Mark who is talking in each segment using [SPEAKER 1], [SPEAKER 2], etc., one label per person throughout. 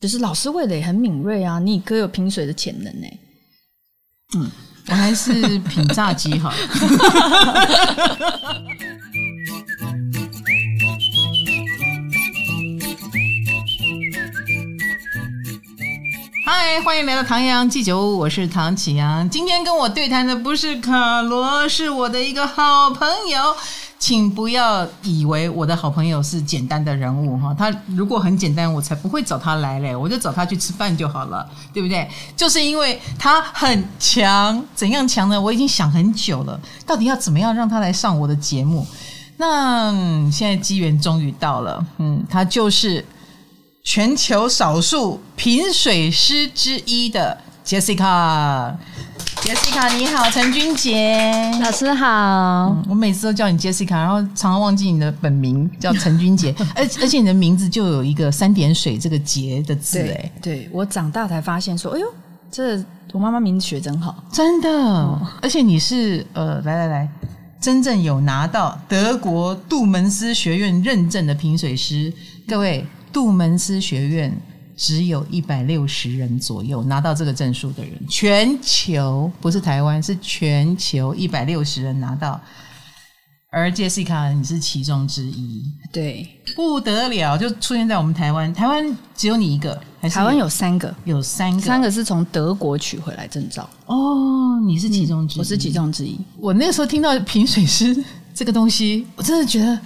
[SPEAKER 1] 就是老师味蕾很敏锐啊，你哥有品水的潜能欸呢、嗯，
[SPEAKER 2] 我还是品炸鸡好了。嗨，欢迎来到唐阳鸡酒屋，我是唐启阳。今天跟我对谈的不是卡罗，是我的一个好朋友。请不要以为我的好朋友是简单的人物哈，他如果很简单，我才不会找他来嘞，我就找他去吃饭就好了，对不对？就是因为他很强，怎样强呢？我已经想很久了，到底要怎么样让他来上我的节目？那、嗯现在机缘终于到了，嗯，他就是全球少数品水师之一的 Jessica。Jessica，你好，陈君杰，
[SPEAKER 3] 老师好，
[SPEAKER 2] 我每次都叫你 Jessica，然后常常忘记你的本名叫陈君杰，而而且你的名字就有一个三点水这个“杰”的字，哎
[SPEAKER 1] 对，，对我长大才发现说，哎呦，这我妈妈名字学真好，
[SPEAKER 2] 真的，而且你是呃，来来来，真正有拿到德国杜门斯学院认证的品水师，各位，杜门斯学院只有一百六十人左右拿到这个证书的人，全球不是台湾，是全球一百六十人拿到。而 Jessica，你是其中之一，
[SPEAKER 1] 对，
[SPEAKER 2] 不得了，就出现在我们台湾。台湾只有你一个，还是
[SPEAKER 1] 台湾有三个，
[SPEAKER 2] 有三个？
[SPEAKER 1] 三个是从德国取回来证照，
[SPEAKER 2] 哦，你是其中之一，
[SPEAKER 1] 嗯我是其中之一，
[SPEAKER 2] 我那个时候听到品水师这个东西，我真的觉得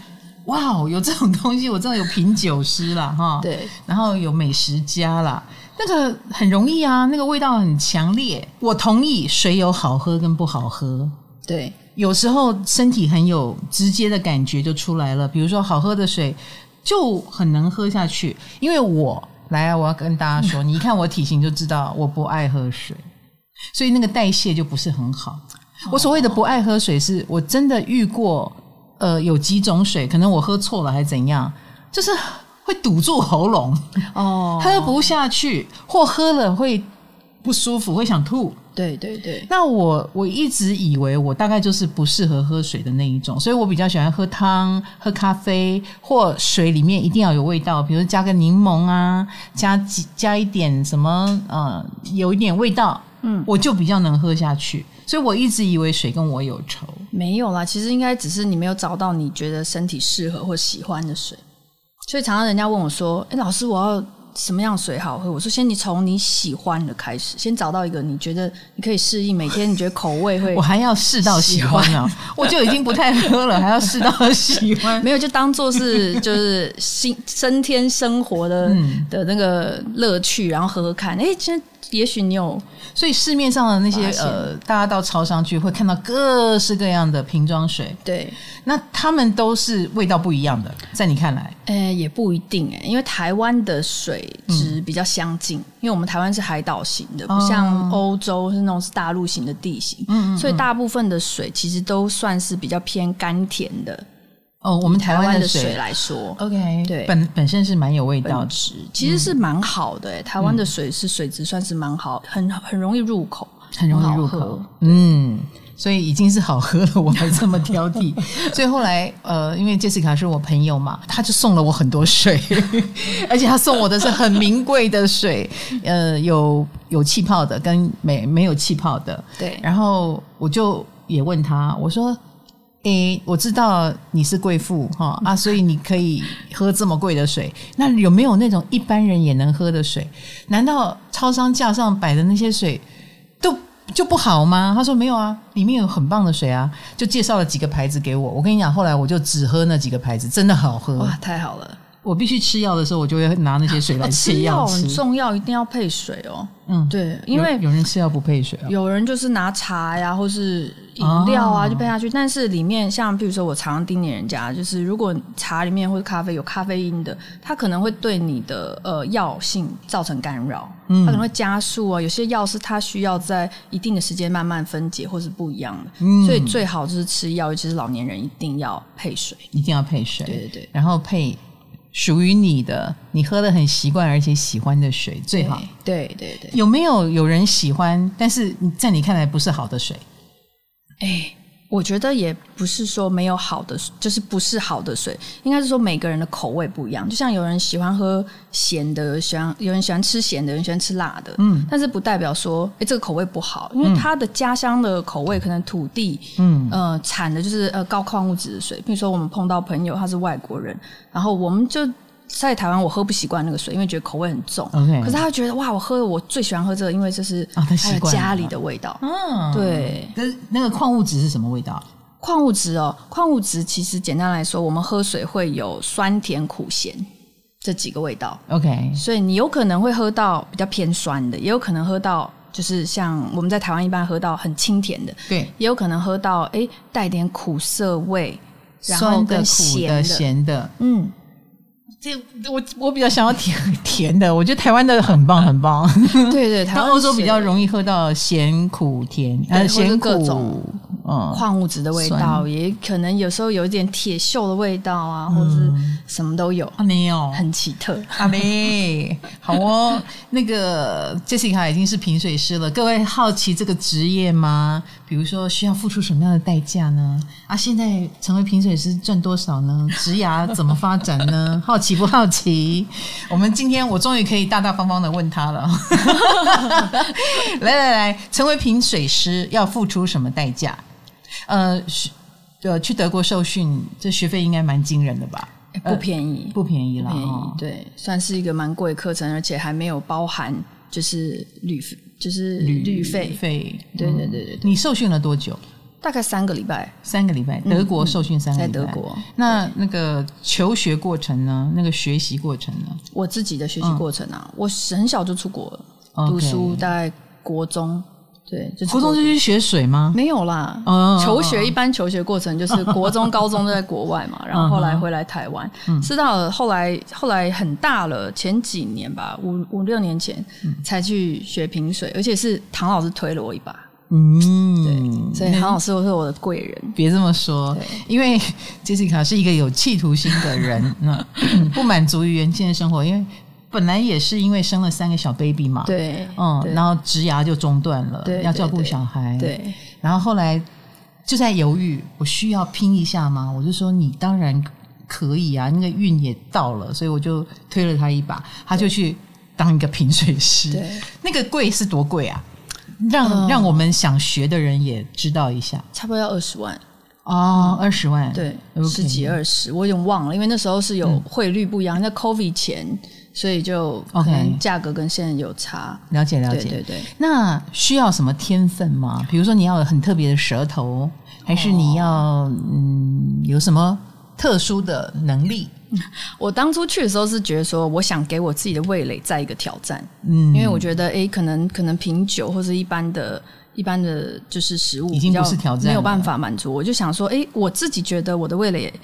[SPEAKER 2] 哇，哦，有这种东西，我真的有品酒师啦，哈，，
[SPEAKER 1] 对，
[SPEAKER 2] 然后有美食家啦，那个很容易啊，那个味道很强烈。我同意，水有好喝跟不好喝。
[SPEAKER 1] 对，
[SPEAKER 2] 有时候身体很有直接的感觉就出来了，比如说好喝的水就很能喝下去。因为我来啊，我要跟大家说，你一看我体型就知道我不爱喝水，所以那个代谢就不是很好。我所谓的不爱喝水是，我真的遇过，呃，有几种水，可能我喝错了还是怎样，就是会堵住喉咙，
[SPEAKER 1] 哦，
[SPEAKER 2] 喝不下去，或喝了会不舒服，会想吐。
[SPEAKER 1] 对对对，
[SPEAKER 2] 那我我一直以为我大概就是不适合喝水的那一种，所以我比较喜欢喝汤、喝咖啡或水里面一定要有味道，比如加个柠檬啊，加几加一点什么呃，有一点味道，
[SPEAKER 1] 嗯，
[SPEAKER 2] 我就比较能喝下去。所以我一直以为水跟我有仇
[SPEAKER 1] 没有啦，其实应该只是你没有找到你觉得身体适合或喜欢的水，所以常常人家问我说：“哎、老师，我要什么样的水好喝？”我说：“先你从你喜欢的开始，先找到一个你觉得你可以适应，每天你觉得口味 会
[SPEAKER 2] 我还要试到喜欢啊， 我就已经不太 喝了，还要试到喜欢。
[SPEAKER 1] 没有，就当做是就是 新增添生活的、
[SPEAKER 2] 嗯
[SPEAKER 1] 的那个乐趣，然后喝喝看。哎、其实也许你有
[SPEAKER 2] 所以市面上的那些
[SPEAKER 1] 发现
[SPEAKER 2] 呃，大家到超商去会看到各式各样的瓶装水，
[SPEAKER 1] 对，
[SPEAKER 2] 那他们都是味道不一样的，在你看来，
[SPEAKER 1] 呃、也不一定哎、因为台湾的水质比较相近，因为我们台湾是海岛型的，不
[SPEAKER 2] 嗯哦
[SPEAKER 1] 像欧洲是那种是大陆型的地形，
[SPEAKER 2] 嗯
[SPEAKER 1] 所以大部分的水其实都算是比较偏甘甜的。
[SPEAKER 2] 哦，我们
[SPEAKER 1] 台
[SPEAKER 2] 台湾
[SPEAKER 1] 湾
[SPEAKER 2] 的
[SPEAKER 1] 的
[SPEAKER 2] 水哦
[SPEAKER 1] 水来说，
[SPEAKER 2] ，OK，
[SPEAKER 1] 对
[SPEAKER 2] 本本身是蛮有味
[SPEAKER 1] 本
[SPEAKER 2] 道的，
[SPEAKER 1] 质其实
[SPEAKER 2] 嗯
[SPEAKER 1] 是蛮好的、欸，台湾的水是水质算是蛮好，很很容易入口，
[SPEAKER 2] 很容易入
[SPEAKER 1] 很好
[SPEAKER 2] 口
[SPEAKER 1] 喝，
[SPEAKER 2] 嗯，所以已经是好喝了，我还这么 挑剔，所以后来呃，因为 Jessica 是我朋友嘛，他就送了我很多水， 而且他送我的是很名贵的水，呃，有有气泡的跟没没有气泡的，
[SPEAKER 1] 对，
[SPEAKER 2] 然后我就也问他，我说：“诶、我知道你是贵妇哈 啊，所以你可以喝这么贵的水。那有没有那种一般人也能喝的水？难道超商架上摆的那些水都就不好吗？”他说：“没有啊，里面有很棒的水啊。”就介绍了几个牌子给我。我跟你讲，后来我就只喝那几个牌子，真的好喝。
[SPEAKER 1] 哇，太好了。
[SPEAKER 2] 我必须吃药的时候，我就会拿那些 水来
[SPEAKER 1] 哦，
[SPEAKER 2] 吃
[SPEAKER 1] 吃
[SPEAKER 2] 药
[SPEAKER 1] 药
[SPEAKER 2] 吃。
[SPEAKER 1] 很重要，一定要配水哦。
[SPEAKER 2] 嗯，
[SPEAKER 1] 对，
[SPEAKER 2] 有，
[SPEAKER 1] 因为
[SPEAKER 2] 有人吃药不配水啊。
[SPEAKER 1] 有人就是拿茶呀，或是饮料啊、
[SPEAKER 2] 哦
[SPEAKER 1] 就配下去，但是里面像比如说我常常叮咛人家，就是如果茶里面或者咖啡有咖啡因的，它可能会对你的呃药性造成干扰，它可能会加速啊。有些药是它需要在一定的时间慢慢分解，或是不一样的，所以最好就是吃药，尤其是老年人一定要配水。
[SPEAKER 2] 一定要配水，
[SPEAKER 1] 对对对
[SPEAKER 2] 然后配属于你的，你喝的很习惯而且喜欢的水最好。
[SPEAKER 1] 对对对，
[SPEAKER 2] 有没有有人喜欢，但是在你看来不是好的水？
[SPEAKER 1] 哎、我觉得也不是说没有好的，就是不是好的水，应该是说每个人的口味不一样。就像有人喜欢喝咸的，有人喜欢有人喜欢吃咸的，有人喜欢吃辣的，嗯，但是不代表说，哎、这个口味不好，因
[SPEAKER 2] 嗯
[SPEAKER 1] 为他的家乡的口味可能土地，嗯，呃，产的就是呃高矿物质的水。比如说我们碰到朋友他是外国人，然后我们就。在台湾，我喝不习惯那个水，因为觉得口味很重。
[SPEAKER 2] OK
[SPEAKER 1] 可是他觉得哇，我喝了我最喜欢喝这个，因为这是
[SPEAKER 2] 嗯啊他
[SPEAKER 1] 还
[SPEAKER 2] 习
[SPEAKER 1] 有
[SPEAKER 2] 惯了
[SPEAKER 1] 家里的味道。
[SPEAKER 2] 嗯，
[SPEAKER 1] 对，
[SPEAKER 2] 可是那个矿物质是什么味道？
[SPEAKER 1] 矿物质哦，矿物质其实简单来说，我们喝水会有酸、甜、苦、咸这几个味道，
[SPEAKER 2] OK，
[SPEAKER 1] 所以你有可能会喝到比较偏酸的，也有可能喝到就是像我们在台湾一般喝到很清甜的，
[SPEAKER 2] 对，
[SPEAKER 1] 也有可能喝到哎带点苦涩味，然后
[SPEAKER 2] 酸的、
[SPEAKER 1] 跟
[SPEAKER 2] 苦
[SPEAKER 1] 咸
[SPEAKER 2] 的、
[SPEAKER 1] 的，
[SPEAKER 2] 咸的。
[SPEAKER 1] 嗯，
[SPEAKER 2] 这我我比较想要甜 甜的，我觉得台湾的很棒很棒，
[SPEAKER 1] 对对，台
[SPEAKER 2] 但
[SPEAKER 1] 湾
[SPEAKER 2] 欧洲比较
[SPEAKER 1] 是
[SPEAKER 2] 容易喝到咸苦甜，
[SPEAKER 1] 对
[SPEAKER 2] 呃，
[SPEAKER 1] 或者
[SPEAKER 2] 咸
[SPEAKER 1] 各
[SPEAKER 2] 苦
[SPEAKER 1] 种，
[SPEAKER 2] 嗯，
[SPEAKER 1] 矿物质的味道，
[SPEAKER 2] 酸嗯
[SPEAKER 1] 也可能有时候有一点铁锈的味道啊，或者是什么都有，
[SPEAKER 2] 啊没有，
[SPEAKER 1] 很奇特。
[SPEAKER 2] 好嘞，好哦。那个 Jessica 已经是评水师了，各位好奇这个职业吗？比如说需要付出什么样的代价呢？啊，现在成为评水师赚多少呢？职涯怎么发展呢？ 好奇不好奇？我们今天我终于可以大大方方的问他了。 来来来，成为评水师要付出什么代价？呃，学呃，去德国受训，这学费应该蛮惊人的吧？
[SPEAKER 1] 不便宜，
[SPEAKER 2] 不便宜了、
[SPEAKER 1] 便
[SPEAKER 2] 哦
[SPEAKER 1] 宜，，对，算是一个蛮贵的课程，而且还没有包含就是旅费，就是旅费，
[SPEAKER 2] 费，嗯
[SPEAKER 1] 对对对对对，
[SPEAKER 2] 你受训了多久？
[SPEAKER 1] 大概三个礼拜
[SPEAKER 2] 三个礼拜，德国受训三
[SPEAKER 1] 嗯
[SPEAKER 2] 个
[SPEAKER 1] 在
[SPEAKER 2] 礼拜。
[SPEAKER 1] 德国。
[SPEAKER 2] 那那个求学过程呢？那个学习过程呢？
[SPEAKER 1] 我自己的学习过程啊，我很小就出国了，
[SPEAKER 2] 嗯 OK
[SPEAKER 1] 读书大概国中，对，就出
[SPEAKER 2] 国中就去学水吗？
[SPEAKER 1] 没有啦
[SPEAKER 2] 哦，
[SPEAKER 1] 求学一般求学过程就是国 中、高中都在国外嘛，然
[SPEAKER 2] 嗯
[SPEAKER 1] 后后来回来台湾，是到了后来后来很大了，前几年吧，五五六年前
[SPEAKER 2] 嗯
[SPEAKER 1] 才去学平水，而且是唐老师推了我一把，
[SPEAKER 2] 嗯，
[SPEAKER 1] 所以唐老师是我的贵人。
[SPEAKER 2] 别这么说，因为 Jessica 是一个有企图心的 人，那不满足于原先的生活，因为本来也是因为生了三个小 baby 嘛，，
[SPEAKER 1] 对，
[SPEAKER 2] 嗯，
[SPEAKER 1] 对
[SPEAKER 2] 然后职涯就中断了，
[SPEAKER 1] 对
[SPEAKER 2] 要照顾
[SPEAKER 1] 对
[SPEAKER 2] 小孩，
[SPEAKER 1] 对，
[SPEAKER 2] 然后后来就在犹豫，我需要拼一下吗？我就说你当然可以啊，那个运也到了，所以我就推了他一把，他就去当一个评水师。
[SPEAKER 1] 对，嗯
[SPEAKER 2] 那个贵是多贵啊？让、让我们想学的人也知道一下
[SPEAKER 1] 差不多要二十万，
[SPEAKER 2] 哦，二十万，
[SPEAKER 1] 对，
[SPEAKER 2] OK
[SPEAKER 1] 十几二十，我有点忘了，因为那时候是有
[SPEAKER 2] 嗯
[SPEAKER 1] 汇率不一样，在 COVID 前，所以就可
[SPEAKER 2] OK
[SPEAKER 1] 能价格跟现在有差。
[SPEAKER 2] 了解了
[SPEAKER 1] 对
[SPEAKER 2] 解。
[SPEAKER 1] 对对，
[SPEAKER 2] 那需要什么天分吗？比如说你要有很特别的舌头，还是你要、嗯有什么特殊的能力？
[SPEAKER 1] 我当初去的时候是觉得说，我想给我自己的味蕾再一个挑战，哦
[SPEAKER 2] 嗯，
[SPEAKER 1] 因为我觉得，诶，可能可能品酒或是一般的、一般的就是食物
[SPEAKER 2] 已经
[SPEAKER 1] 比较
[SPEAKER 2] 不是挑战了
[SPEAKER 1] 没有办法满足。我就想说，诶，我自己觉得我的味蕾也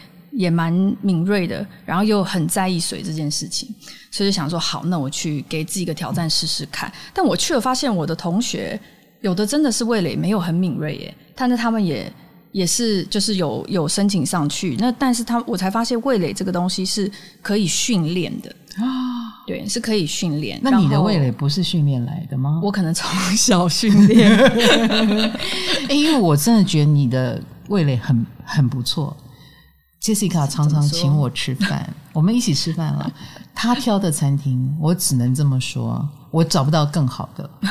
[SPEAKER 1] 也蛮敏锐的，然后又很在意水这件事情，所以就想说，好，那我去给自己一个挑战试试看。但我去了，发现我的同学有的真的是味蕾没有很敏锐耶，但是他们也。也是，就是有有申请上去，那但是他我才发现味蕾这个东西是可以训练的
[SPEAKER 2] 嗯
[SPEAKER 1] 啊，对，是可以训练。
[SPEAKER 2] 那你的
[SPEAKER 1] 然后
[SPEAKER 2] 味蕾不是训练来的吗？
[SPEAKER 1] 我可能从小训练，
[SPEAKER 2] 诶因为我真的觉得你的味蕾很很不错。Jessica 常常请我吃饭， 我们一起吃饭了。她挑的餐厅，我只能这么说，我找不到更好 的。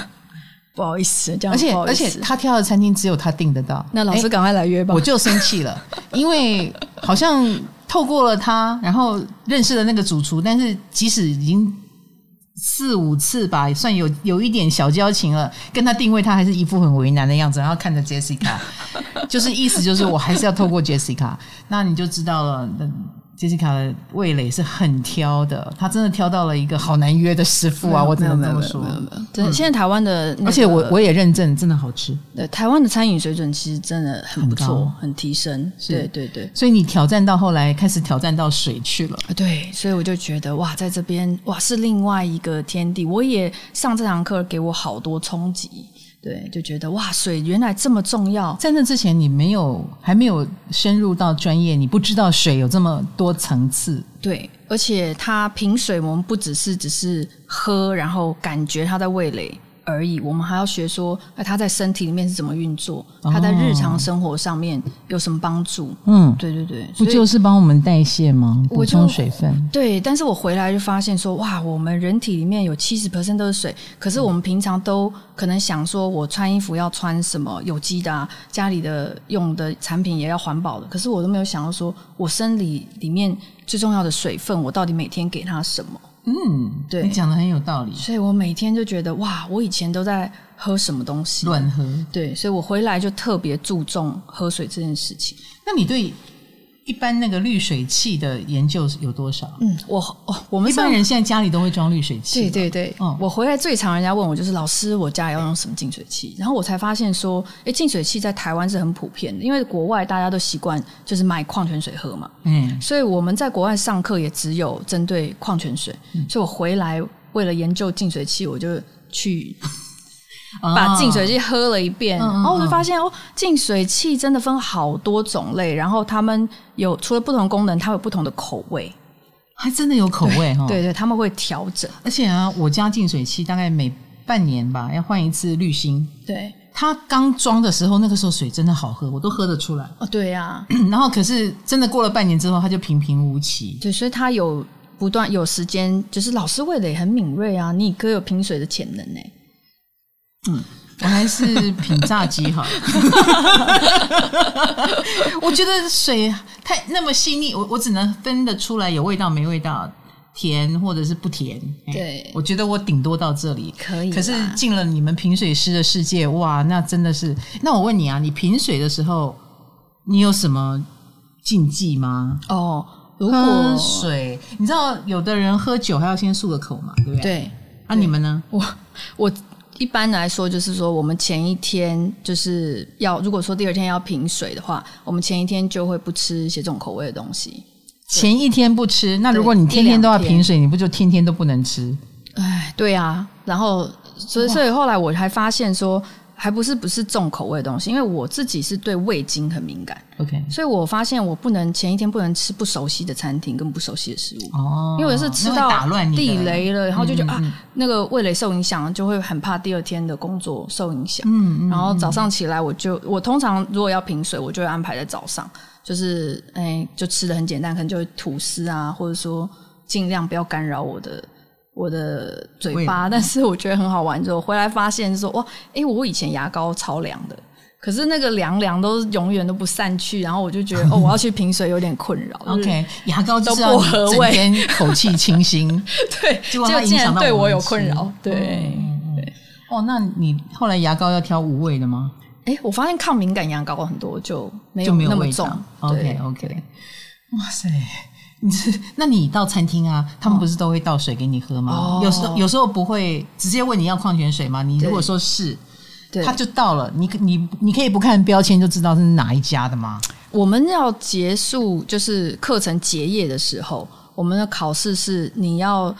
[SPEAKER 1] 不好意思，这样
[SPEAKER 2] 而且
[SPEAKER 1] 哦不好
[SPEAKER 2] 而
[SPEAKER 1] 意思
[SPEAKER 2] 且，她挑的餐厅只有她订得到。
[SPEAKER 1] 那老师
[SPEAKER 2] 诶
[SPEAKER 1] 赶快来约吧
[SPEAKER 2] 哎我。就生气了，因为好像透过了她，然后认识了那个主厨，但是即使已经。四五次吧，算有有一点小交情了。跟他定位，他还是一副很为难的样子，然后看 着 Jessica，就是意思就是我还是要透过 Jessica。那你就知道了，那 Jessica 的味蕾是很挑的，她真的挑到了一个好难约的师傅啊！我只
[SPEAKER 1] 没有
[SPEAKER 2] 能
[SPEAKER 1] 没
[SPEAKER 2] 这
[SPEAKER 1] 有
[SPEAKER 2] 么
[SPEAKER 1] 没有
[SPEAKER 2] 说
[SPEAKER 1] 没。有没有，真的，现在台湾的那个，
[SPEAKER 2] 嗯而且我我也认证，真的好吃。
[SPEAKER 1] 对台湾的餐饮水准其实真的很不
[SPEAKER 2] 很
[SPEAKER 1] 错
[SPEAKER 2] 高，
[SPEAKER 1] 很提升。对对对
[SPEAKER 2] 所以你挑战到后来，开始挑战到水去了。
[SPEAKER 1] 对，所以我就觉得哇，在这边哇是另外一个天地。我也上这堂课给我好多冲击，对，就觉得哇，水原来这么重要。
[SPEAKER 2] 在那之前，你没有还没有深入到专业，你不知道水有这么多层次。
[SPEAKER 1] 对，而且它品水，我们不只是只是喝，然后感觉它在味蕾，而已，我们还要学说，哎，它在身体里面是怎么运作，
[SPEAKER 2] 哦
[SPEAKER 1] 它在日常生活上面有什么帮助？
[SPEAKER 2] 嗯，
[SPEAKER 1] 对对对，
[SPEAKER 2] 不
[SPEAKER 1] 所以
[SPEAKER 2] 就是帮我们代谢吗？
[SPEAKER 1] 我
[SPEAKER 2] 补
[SPEAKER 1] 就
[SPEAKER 2] 充水分。
[SPEAKER 1] 对，但是我回来就发现说，哇，我们人体里面有七十 percent 都是水，可是我们平常都可能想说，我穿衣服要穿什么有机的啊，家里的用的产品也要环保的，可是我都没有想到说，我生理里面最重要的水分，我到底每天给它什么？
[SPEAKER 2] 嗯，
[SPEAKER 1] 对
[SPEAKER 2] 你讲的很有道理。
[SPEAKER 1] 所以我每天就觉得，哇，我以前都在喝什么东西？
[SPEAKER 2] 软和，
[SPEAKER 1] 对，所以我回来就特别注重喝水这件事情。
[SPEAKER 2] 那你对一般那个滤水器的研究有多少？
[SPEAKER 1] 嗯，我哦，我们
[SPEAKER 2] 一般
[SPEAKER 1] 上
[SPEAKER 2] 人现在家里都会装滤水器。
[SPEAKER 1] 对对对，
[SPEAKER 2] 嗯
[SPEAKER 1] 哦我回来最常人家问我就是老师，我家里要用什么净水器？然后我才发现说，诶，净水器在台湾是很普遍的，因为国外大家都习惯就是买矿泉水喝嘛，
[SPEAKER 2] 嗯，
[SPEAKER 1] 所以我们在国外上课也只有针对矿泉水，所以我回来为了研究净水器，我就去把净水
[SPEAKER 2] 器
[SPEAKER 1] 器喝了一遍，
[SPEAKER 2] 嗯嗯
[SPEAKER 1] 然后我就
[SPEAKER 2] 嗯
[SPEAKER 1] 发现哦，净水器真的分好多种类，然后它们有除了不同功能，它有不同的口味，
[SPEAKER 2] 还真的有口味哈。
[SPEAKER 1] 对对，他们会调整，
[SPEAKER 2] 而且啊，我家净水器大概每半年吧要换一次滤芯。
[SPEAKER 1] 对，
[SPEAKER 2] 它刚装的时候，那个时候水真的好喝，我都喝得出来。
[SPEAKER 1] 哦对呀、
[SPEAKER 2] 嗯然后可是真的过了半年之后，它就平平无奇。
[SPEAKER 1] 对，所以它有不断有时间，就是老师喂的也很敏锐啊，你哥有品水的潜能呢、
[SPEAKER 2] 我还是品炸鸡好了。 我觉得水太那么细腻，我我只能分得出来有味道没味道，甜或者是不甜。哎
[SPEAKER 1] 对
[SPEAKER 2] 我觉得我顶多到这里。
[SPEAKER 1] 可以啦，
[SPEAKER 2] 可是进了你们品水师的世界，哇，那真的是。那我问你啊，你品水的时候，你有什么禁忌吗？
[SPEAKER 1] 哦，如
[SPEAKER 2] 喝
[SPEAKER 1] 果
[SPEAKER 2] 水，你知道有的人喝酒还要先漱个口嘛，对不对？。
[SPEAKER 1] 对
[SPEAKER 2] 啊，你们呢？
[SPEAKER 1] 我我一般来说就是说，我们前一天就是要，如果说第二天要品水的话，我们前一天就会不吃一些这种口味的东西。
[SPEAKER 2] 前一天不吃，那
[SPEAKER 1] 对
[SPEAKER 2] 如果你天天都要
[SPEAKER 1] 一两
[SPEAKER 2] 品水，你不就天天都不能吃？
[SPEAKER 1] 哎，对啊，然后所以所以后来我还发现说，还不是不是重口味的东西，因为我自己是对味精很敏感，
[SPEAKER 2] OK，
[SPEAKER 1] 所以我发现我不能前一天不能吃不熟悉的餐厅跟不熟悉的食物。
[SPEAKER 2] 哦，
[SPEAKER 1] 因为我是吃
[SPEAKER 2] 那会
[SPEAKER 1] 到
[SPEAKER 2] 打乱你的
[SPEAKER 1] 地雷了，然后就觉得、
[SPEAKER 2] 嗯嗯
[SPEAKER 1] 啊，那个味蕾受影响，就会很怕第二天的工作受影响。
[SPEAKER 2] 嗯嗯
[SPEAKER 1] 然后早上起来，我就我通常如果要品水，我就会安排在早上，就是哎、就吃的很简单，可能就会吐司啊，或者说尽量不要干扰我的我的嘴巴。但是我觉得很好玩，之后回来发现说哇，哎、我以前牙膏超凉的。可是那个凉凉都永远都不散去，然后我就觉得哦，我要去品水有点困 扰。就是
[SPEAKER 2] OK，牙膏就
[SPEAKER 1] 嗯都
[SPEAKER 2] 是要
[SPEAKER 1] 不合
[SPEAKER 2] 整
[SPEAKER 1] 味
[SPEAKER 2] 天口气 清新，
[SPEAKER 1] 对，
[SPEAKER 2] 结
[SPEAKER 1] 结
[SPEAKER 2] 果
[SPEAKER 1] 果
[SPEAKER 2] 它影
[SPEAKER 1] 竟
[SPEAKER 2] 响
[SPEAKER 1] 然
[SPEAKER 2] 到
[SPEAKER 1] 对我有哦
[SPEAKER 2] 们吃
[SPEAKER 1] 困扰。对，
[SPEAKER 2] 嗯嗯嗯哦，那你后来牙膏要挑无味的吗？
[SPEAKER 1] 哎、我发现抗敏感牙膏很多就没
[SPEAKER 2] 就没有
[SPEAKER 1] 那么
[SPEAKER 2] 味道
[SPEAKER 1] 重。
[SPEAKER 2] OK
[SPEAKER 1] 对
[SPEAKER 2] OK，哇塞！你是那你到餐厅啊，他们不是都会倒水给你喝吗？
[SPEAKER 1] 哦
[SPEAKER 2] 有时候有时候不会直接问你要矿泉水吗？你如果说是，
[SPEAKER 1] 对，
[SPEAKER 2] 他就到了，你你你可以不看标签就知道是哪一家的吗？
[SPEAKER 1] 我们要结束就是课程结业的时候，我们的考试是你要。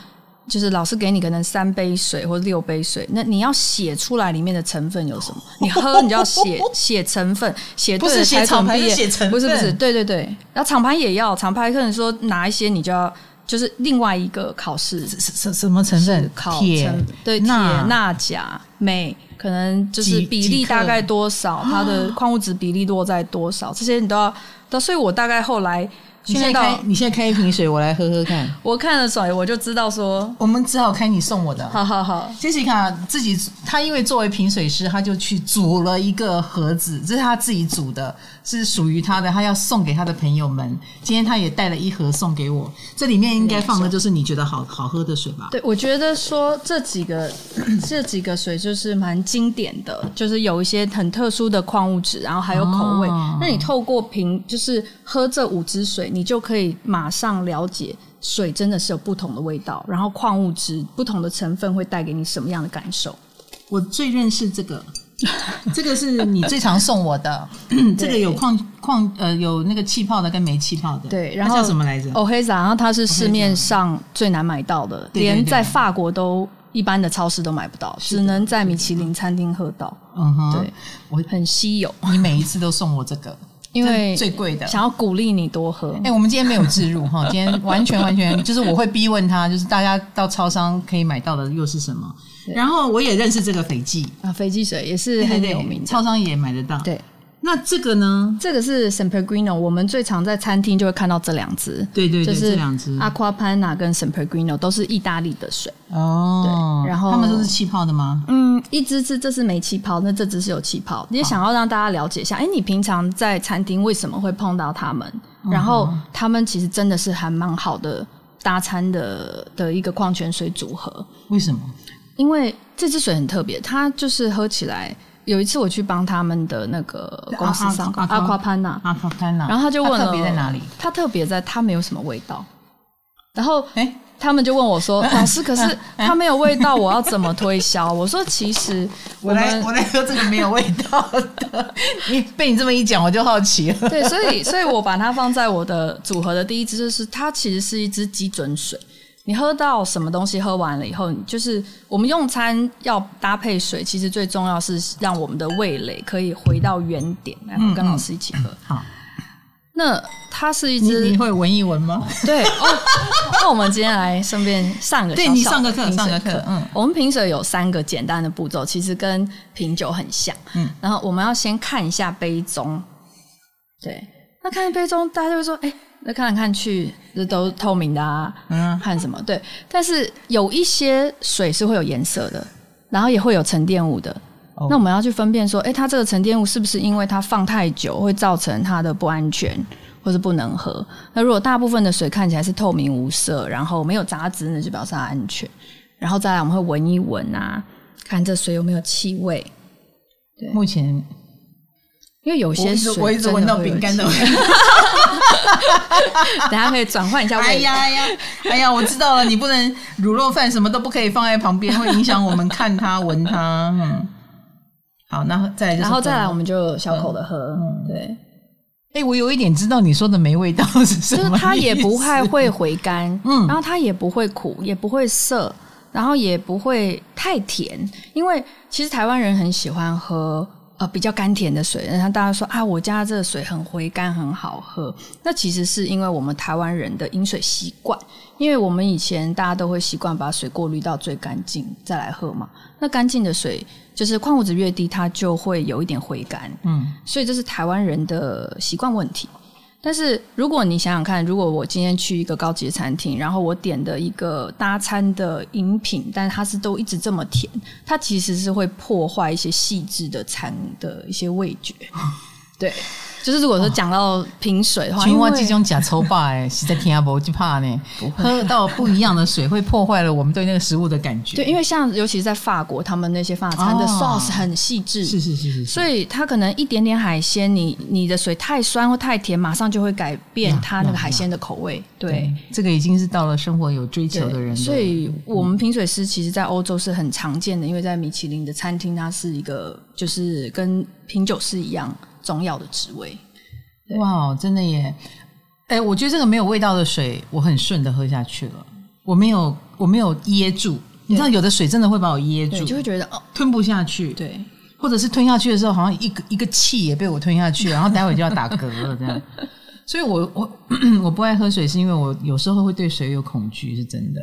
[SPEAKER 1] 就是老师给你可能三杯水或六杯水，那你要写出来里面的成分有什 么？你喝你就要写写成分，写对
[SPEAKER 2] 不
[SPEAKER 1] 了
[SPEAKER 2] 是写
[SPEAKER 1] 才准
[SPEAKER 2] 厂牌
[SPEAKER 1] 毕业
[SPEAKER 2] 是写成
[SPEAKER 1] 不是不是，
[SPEAKER 2] 分
[SPEAKER 1] 对对对。然后厂牌也要，厂牌可能说哪一些你就要，就是另外一个考试
[SPEAKER 2] 什什什么成分
[SPEAKER 1] 是？烤
[SPEAKER 2] 铁
[SPEAKER 1] 成对铁
[SPEAKER 2] 钠
[SPEAKER 1] 钠钾镁，可能就是
[SPEAKER 2] 几
[SPEAKER 1] 比
[SPEAKER 2] 几
[SPEAKER 1] 例
[SPEAKER 2] 克啊
[SPEAKER 1] 大概多少，它的矿物质比例落在多少，这些你都要。都所以我大概后来
[SPEAKER 2] 你
[SPEAKER 1] 训
[SPEAKER 2] 现在
[SPEAKER 1] 练
[SPEAKER 2] 开
[SPEAKER 1] 到，
[SPEAKER 2] 你现在开一瓶水，我来喝喝看。
[SPEAKER 1] 我看了水，我就知道说，
[SPEAKER 2] 我们只好开你送我的。
[SPEAKER 1] 好好好，
[SPEAKER 2] Jessica 自己，她因为作为品水师，她就去煮了一个盒子，这是她自己煮的，是属于她的，她要送给她的朋友们。今天她也带了一盒送给我，这里面应该放的就是你觉得好好喝的水吧？
[SPEAKER 1] 对，我觉得说这几个这几个水就是蛮经典的，就是有一些很特殊的矿物质，然后还有口味。
[SPEAKER 2] 哦
[SPEAKER 1] 那你透过瓶，就是喝这五支水，你就可以马上了解水真的是有不同的味道，然后矿物质不同的成分会带给你什么样的感受。
[SPEAKER 2] 我最认识 这个，这个是你最常送我的，这个有矿矿呃有那个气泡的跟没气泡的，
[SPEAKER 1] 对，
[SPEAKER 2] 它
[SPEAKER 1] 然后
[SPEAKER 2] 叫什么来着？
[SPEAKER 1] 哦，黑子，然后它是市面上最难买到的，
[SPEAKER 2] 对对
[SPEAKER 1] 连
[SPEAKER 2] 对
[SPEAKER 1] 在法国都一般的超市都买不到，
[SPEAKER 2] 的
[SPEAKER 1] 只能在米其林餐厅喝到。
[SPEAKER 2] 嗯哼
[SPEAKER 1] 对，
[SPEAKER 2] 我
[SPEAKER 1] 很稀有。
[SPEAKER 2] 你每一次都送我这个，
[SPEAKER 1] 因为
[SPEAKER 2] 最贵的。
[SPEAKER 1] 想要鼓励你多喝
[SPEAKER 2] 哎、。我们今天没有置入哈， 今天完全完全就是我会逼问他，就是大家到超商可以买到的又是什么？
[SPEAKER 1] 对
[SPEAKER 2] 然后我也认识这个斐济，
[SPEAKER 1] 啊，飞机水也是
[SPEAKER 2] 对
[SPEAKER 1] 很
[SPEAKER 2] 对
[SPEAKER 1] 有名
[SPEAKER 2] 对，
[SPEAKER 1] 的。
[SPEAKER 2] 超商也买得到。
[SPEAKER 1] 对，
[SPEAKER 2] 那这个呢？
[SPEAKER 1] 这个是 San Pellegrino，我们最常在餐厅就会看到这两支，
[SPEAKER 2] 对对对，
[SPEAKER 1] 就是啊
[SPEAKER 2] 这两只
[SPEAKER 1] Aquapanna 跟 San Pellegrino 都是意大利的水。
[SPEAKER 2] 哦，
[SPEAKER 1] 对然后
[SPEAKER 2] 他们都是气泡的吗？
[SPEAKER 1] 嗯，一只是这是没气泡，那这只是有气泡。也想要让大家了解一下，哎、你平常在餐厅为什么会碰到他们？
[SPEAKER 2] 嗯
[SPEAKER 1] 然后他们其实真的是还蛮好的搭餐的的一个矿泉水组合，
[SPEAKER 2] 为什么？
[SPEAKER 1] 因为这支水很特别，它就是喝起来。有一次我去帮他们的那个公司上
[SPEAKER 2] 啊
[SPEAKER 1] 阿
[SPEAKER 2] 啊啊
[SPEAKER 1] 夸潘娜，
[SPEAKER 2] 阿卡丹娜，
[SPEAKER 1] 然后他就问
[SPEAKER 2] 它
[SPEAKER 1] 了
[SPEAKER 2] 特别在哪里？
[SPEAKER 1] 它特别在它没有什么味道，然后
[SPEAKER 2] 哎、
[SPEAKER 1] 他们就问我 说：“老师，可是它没有味道，我要怎么推销？”我说：“其实我
[SPEAKER 2] 我来
[SPEAKER 1] 们
[SPEAKER 2] 我来喝这个没有味道的， 你被你这么一讲，我就好奇了。
[SPEAKER 1] 对，所以所以我把它放在我的组合的第一支，就是它其实是一支基准水。你喝到什么东西喝完了以后，你就是我们用餐要搭配水，其实最重要是让我们的味蕾可以回到原点。来，我跟老师一起喝。
[SPEAKER 2] 嗯好，
[SPEAKER 1] 那它是一
[SPEAKER 2] 你
[SPEAKER 1] 支
[SPEAKER 2] 你会闻一闻吗？
[SPEAKER 1] 对哦， 那我们今天来顺便上个
[SPEAKER 2] 对
[SPEAKER 1] 小
[SPEAKER 2] 你
[SPEAKER 1] 小
[SPEAKER 2] 上个
[SPEAKER 1] 的
[SPEAKER 2] 课
[SPEAKER 1] 品
[SPEAKER 2] 上
[SPEAKER 1] 水
[SPEAKER 2] 个课嗯，
[SPEAKER 1] 我们品水有三个简单的步骤，其实跟品酒很像，
[SPEAKER 2] 嗯
[SPEAKER 1] 嗯，然后我们要先看一下杯中，对，那看杯中，大家就会说，哎、那看来看去，这都透明的啊，
[SPEAKER 2] 嗯，
[SPEAKER 1] 看什么？对，但是有一些水是会有颜色的，然后也会有沉淀物的。
[SPEAKER 2] 哦
[SPEAKER 1] 那我们要去分辨说，哎、它这个沉淀物是不是因为它放太久会造成它的不安全，或是不能喝？那如果大部分的水看起来是透明无色，然后没有杂质，那就表示它安全。然后再来，我们会闻一闻啊，看这水有没有气味，
[SPEAKER 2] 目前
[SPEAKER 1] 因为有
[SPEAKER 2] 我
[SPEAKER 1] 些
[SPEAKER 2] 一直
[SPEAKER 1] 水
[SPEAKER 2] 我一直
[SPEAKER 1] 真
[SPEAKER 2] 闻到
[SPEAKER 1] 会有
[SPEAKER 2] 饼干的
[SPEAKER 1] 气
[SPEAKER 2] 味
[SPEAKER 1] 味。
[SPEAKER 2] 道。
[SPEAKER 1] 等一下可以转换一下味道。
[SPEAKER 2] 哎呀哎呀哎呀，我知道了，你不能卤肉饭什么都不可以放在旁边，会影响我们看它闻它。嗯，好，那再来就是
[SPEAKER 1] 然后再来，
[SPEAKER 2] 喝
[SPEAKER 1] 我们就小口的喝，对。
[SPEAKER 2] 哎、我有一点知道你说的没味道是什
[SPEAKER 1] 就
[SPEAKER 2] 么意
[SPEAKER 1] 是
[SPEAKER 2] 思，
[SPEAKER 1] 它也不太会回甘，
[SPEAKER 2] 嗯
[SPEAKER 1] 嗯，然后它也不会苦，也不会涩，然后也不会太甜，因为其实台湾人很喜欢喝。呃，比较甘甜的水，然后大家说啊，我家这个水很回甘，很好喝。那其实是因为我们台湾人的饮水习惯，因为我们以前大家都会习惯把水过滤到最干净再来喝嘛。那干净的水就是矿物质越低，它就会有一点回甘。
[SPEAKER 2] 嗯，
[SPEAKER 1] 所以这是台湾人的习惯问题。但是如果你想想看，如果我今天去一个高级的餐厅，然后我点的一个搭餐的饮品，但它是都一直这么甜，它其实是会破坏一些细致的餐的一些味 觉。对，就是如果说讲到品水的话，
[SPEAKER 2] 青
[SPEAKER 1] 哦因
[SPEAKER 2] 蛙
[SPEAKER 1] 为
[SPEAKER 2] 这种假抽霸哎，实在听阿伯就怕呢。喝到不一样的水会破坏了我们对那个食物的感觉。
[SPEAKER 1] 对，，因为像尤其是在法国，他们那些法餐的
[SPEAKER 2] 哦
[SPEAKER 1] sauce 很细致，
[SPEAKER 2] 是是是是是，
[SPEAKER 1] 所以它可能一点点海鲜，你你的水太酸或太甜，马上就会改变
[SPEAKER 2] 呀
[SPEAKER 1] 它那
[SPEAKER 2] 呀
[SPEAKER 1] 个海鲜的口味。对，
[SPEAKER 2] 这个已经是到了生活有追求的人了。
[SPEAKER 1] 所以我们品水师其实，在欧洲是很常见的，因为在米其林的餐厅，它是一个就是跟品酒师一样重要的职位。对
[SPEAKER 2] 哇，真的耶！哎、我觉得这个没有味道的水，我很顺的喝下去了，我没有我没有噎住。你知道，有的水真的会把我噎
[SPEAKER 1] 对，
[SPEAKER 2] 住，
[SPEAKER 1] 就会觉得哦，
[SPEAKER 2] 吞不下去。
[SPEAKER 1] 对，
[SPEAKER 2] 或者是吞下去的时候，好像一个一个气也被我吞下去，然后待会就要打嗝了 这样。所以我我 我不爱喝水，是因为我有时候会对水有恐惧，是真的。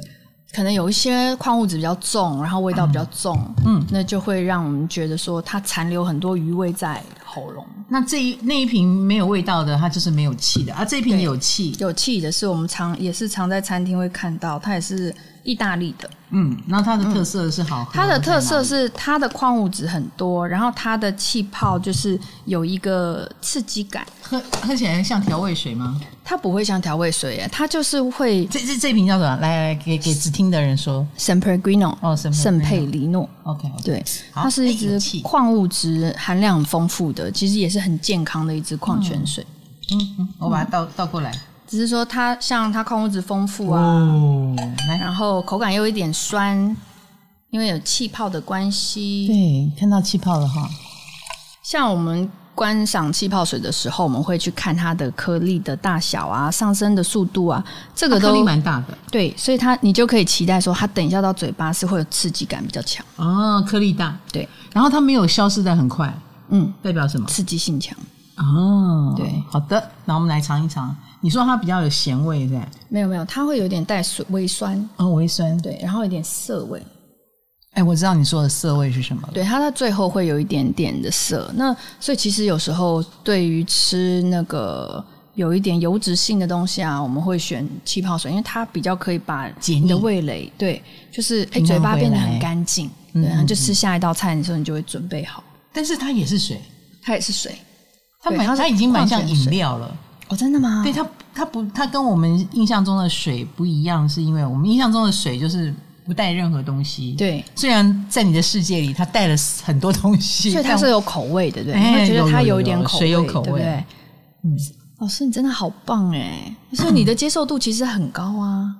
[SPEAKER 1] 可能有一些矿物质比较重，然后味道比较重，
[SPEAKER 2] 嗯
[SPEAKER 1] 嗯，那就会让我们觉得说它残留很多余味在喉咙。
[SPEAKER 2] 那这一那一瓶没有味道的，它就是没有气的，啊，这一瓶
[SPEAKER 1] 对
[SPEAKER 2] 有气，
[SPEAKER 1] 有气的是我们常也是常在餐厅会看到，它也是意大利的，
[SPEAKER 2] 嗯，然后它嗯的特色是好喝，
[SPEAKER 1] 它的特色
[SPEAKER 2] 是
[SPEAKER 1] 是它的矿物质很多，然后它的气泡就是有一个刺激感，
[SPEAKER 2] 喝喝起来像调味水吗？
[SPEAKER 1] 它不会像调味水耶，它就是会
[SPEAKER 2] 这这这瓶叫什么？来来，给给只听的人说
[SPEAKER 1] San Pellegrino
[SPEAKER 2] 哦圣佩里诺
[SPEAKER 1] 圣佩里诺，
[SPEAKER 2] ，OK，,
[SPEAKER 1] 对，
[SPEAKER 2] 好
[SPEAKER 1] 它是一
[SPEAKER 2] 哎有
[SPEAKER 1] 支
[SPEAKER 2] 气
[SPEAKER 1] 矿物质含量很丰富的，其实也是很健康的一支矿泉水，
[SPEAKER 2] 嗯嗯，我把它倒倒过来，
[SPEAKER 1] 只是说它像它矿物质丰富啊，
[SPEAKER 2] 哦，来，
[SPEAKER 1] 然后口感又有一点酸，因为有气泡的关系，
[SPEAKER 2] 对，看到气泡了哈，
[SPEAKER 1] 像我们观赏气泡水的时候，我们会去看它的颗粒的大小啊、上升的速度啊，这个
[SPEAKER 2] 它颗粒
[SPEAKER 1] 都
[SPEAKER 2] 蛮大的，
[SPEAKER 1] 对，所以它你就可以期待说，它等一下到嘴巴是会有刺激感比较强，
[SPEAKER 2] 哦，颗粒大，
[SPEAKER 1] 对，
[SPEAKER 2] 然后它没有消失的很快，
[SPEAKER 1] 嗯，
[SPEAKER 2] 代表什么？
[SPEAKER 1] 刺激性强。
[SPEAKER 2] 啊、哦，
[SPEAKER 1] 对
[SPEAKER 2] 好的，那我们来尝一尝。你说它比较有咸味，对不对？
[SPEAKER 1] 没有没有，它会有点带酸微酸，
[SPEAKER 2] 哦，微酸。
[SPEAKER 1] 对，然后有点涩味，
[SPEAKER 2] 哎，我知道你说的涩味是什么了。
[SPEAKER 1] 对，它到最后会有一点点的涩。那所以其实有时候对于吃那个有一点油脂性的东西啊，我们会选气泡水，因为它比较可以把
[SPEAKER 2] 解
[SPEAKER 1] 你的
[SPEAKER 2] 腻
[SPEAKER 1] 味蕾，对，就是哎、
[SPEAKER 2] 平衡
[SPEAKER 1] 嘴巴
[SPEAKER 2] 回
[SPEAKER 1] 变得
[SPEAKER 2] 来
[SPEAKER 1] 很干净，
[SPEAKER 2] 嗯
[SPEAKER 1] 对，然后就
[SPEAKER 2] 嗯
[SPEAKER 1] 吃下一道菜的时候，你就会准备好。
[SPEAKER 2] 但是它也是水，
[SPEAKER 1] 它也是水
[SPEAKER 2] 它
[SPEAKER 1] 对
[SPEAKER 2] 蛮
[SPEAKER 1] 它是
[SPEAKER 2] 它已经蛮像
[SPEAKER 1] 矿泉
[SPEAKER 2] 饮
[SPEAKER 1] 水
[SPEAKER 2] 料了。
[SPEAKER 1] 哦，真的吗？
[SPEAKER 2] 对它，它不，它跟我们印象中的水不一样，是因为我们印象中的水就是不带任何东西。，
[SPEAKER 1] 对，
[SPEAKER 2] 虽然在你的世界里，它带了很多东西，
[SPEAKER 1] 所以它
[SPEAKER 2] 但
[SPEAKER 1] 是有口味的，对不对？
[SPEAKER 2] 哎
[SPEAKER 1] 你会觉
[SPEAKER 2] 有
[SPEAKER 1] 得它
[SPEAKER 2] 有有
[SPEAKER 1] 一点
[SPEAKER 2] 有
[SPEAKER 1] 口
[SPEAKER 2] 水
[SPEAKER 1] 味，
[SPEAKER 2] 有口
[SPEAKER 1] 对不
[SPEAKER 2] 味
[SPEAKER 1] 对？
[SPEAKER 2] 嗯
[SPEAKER 1] 老师，你真的好棒哎！所以你的接受度其实很高啊。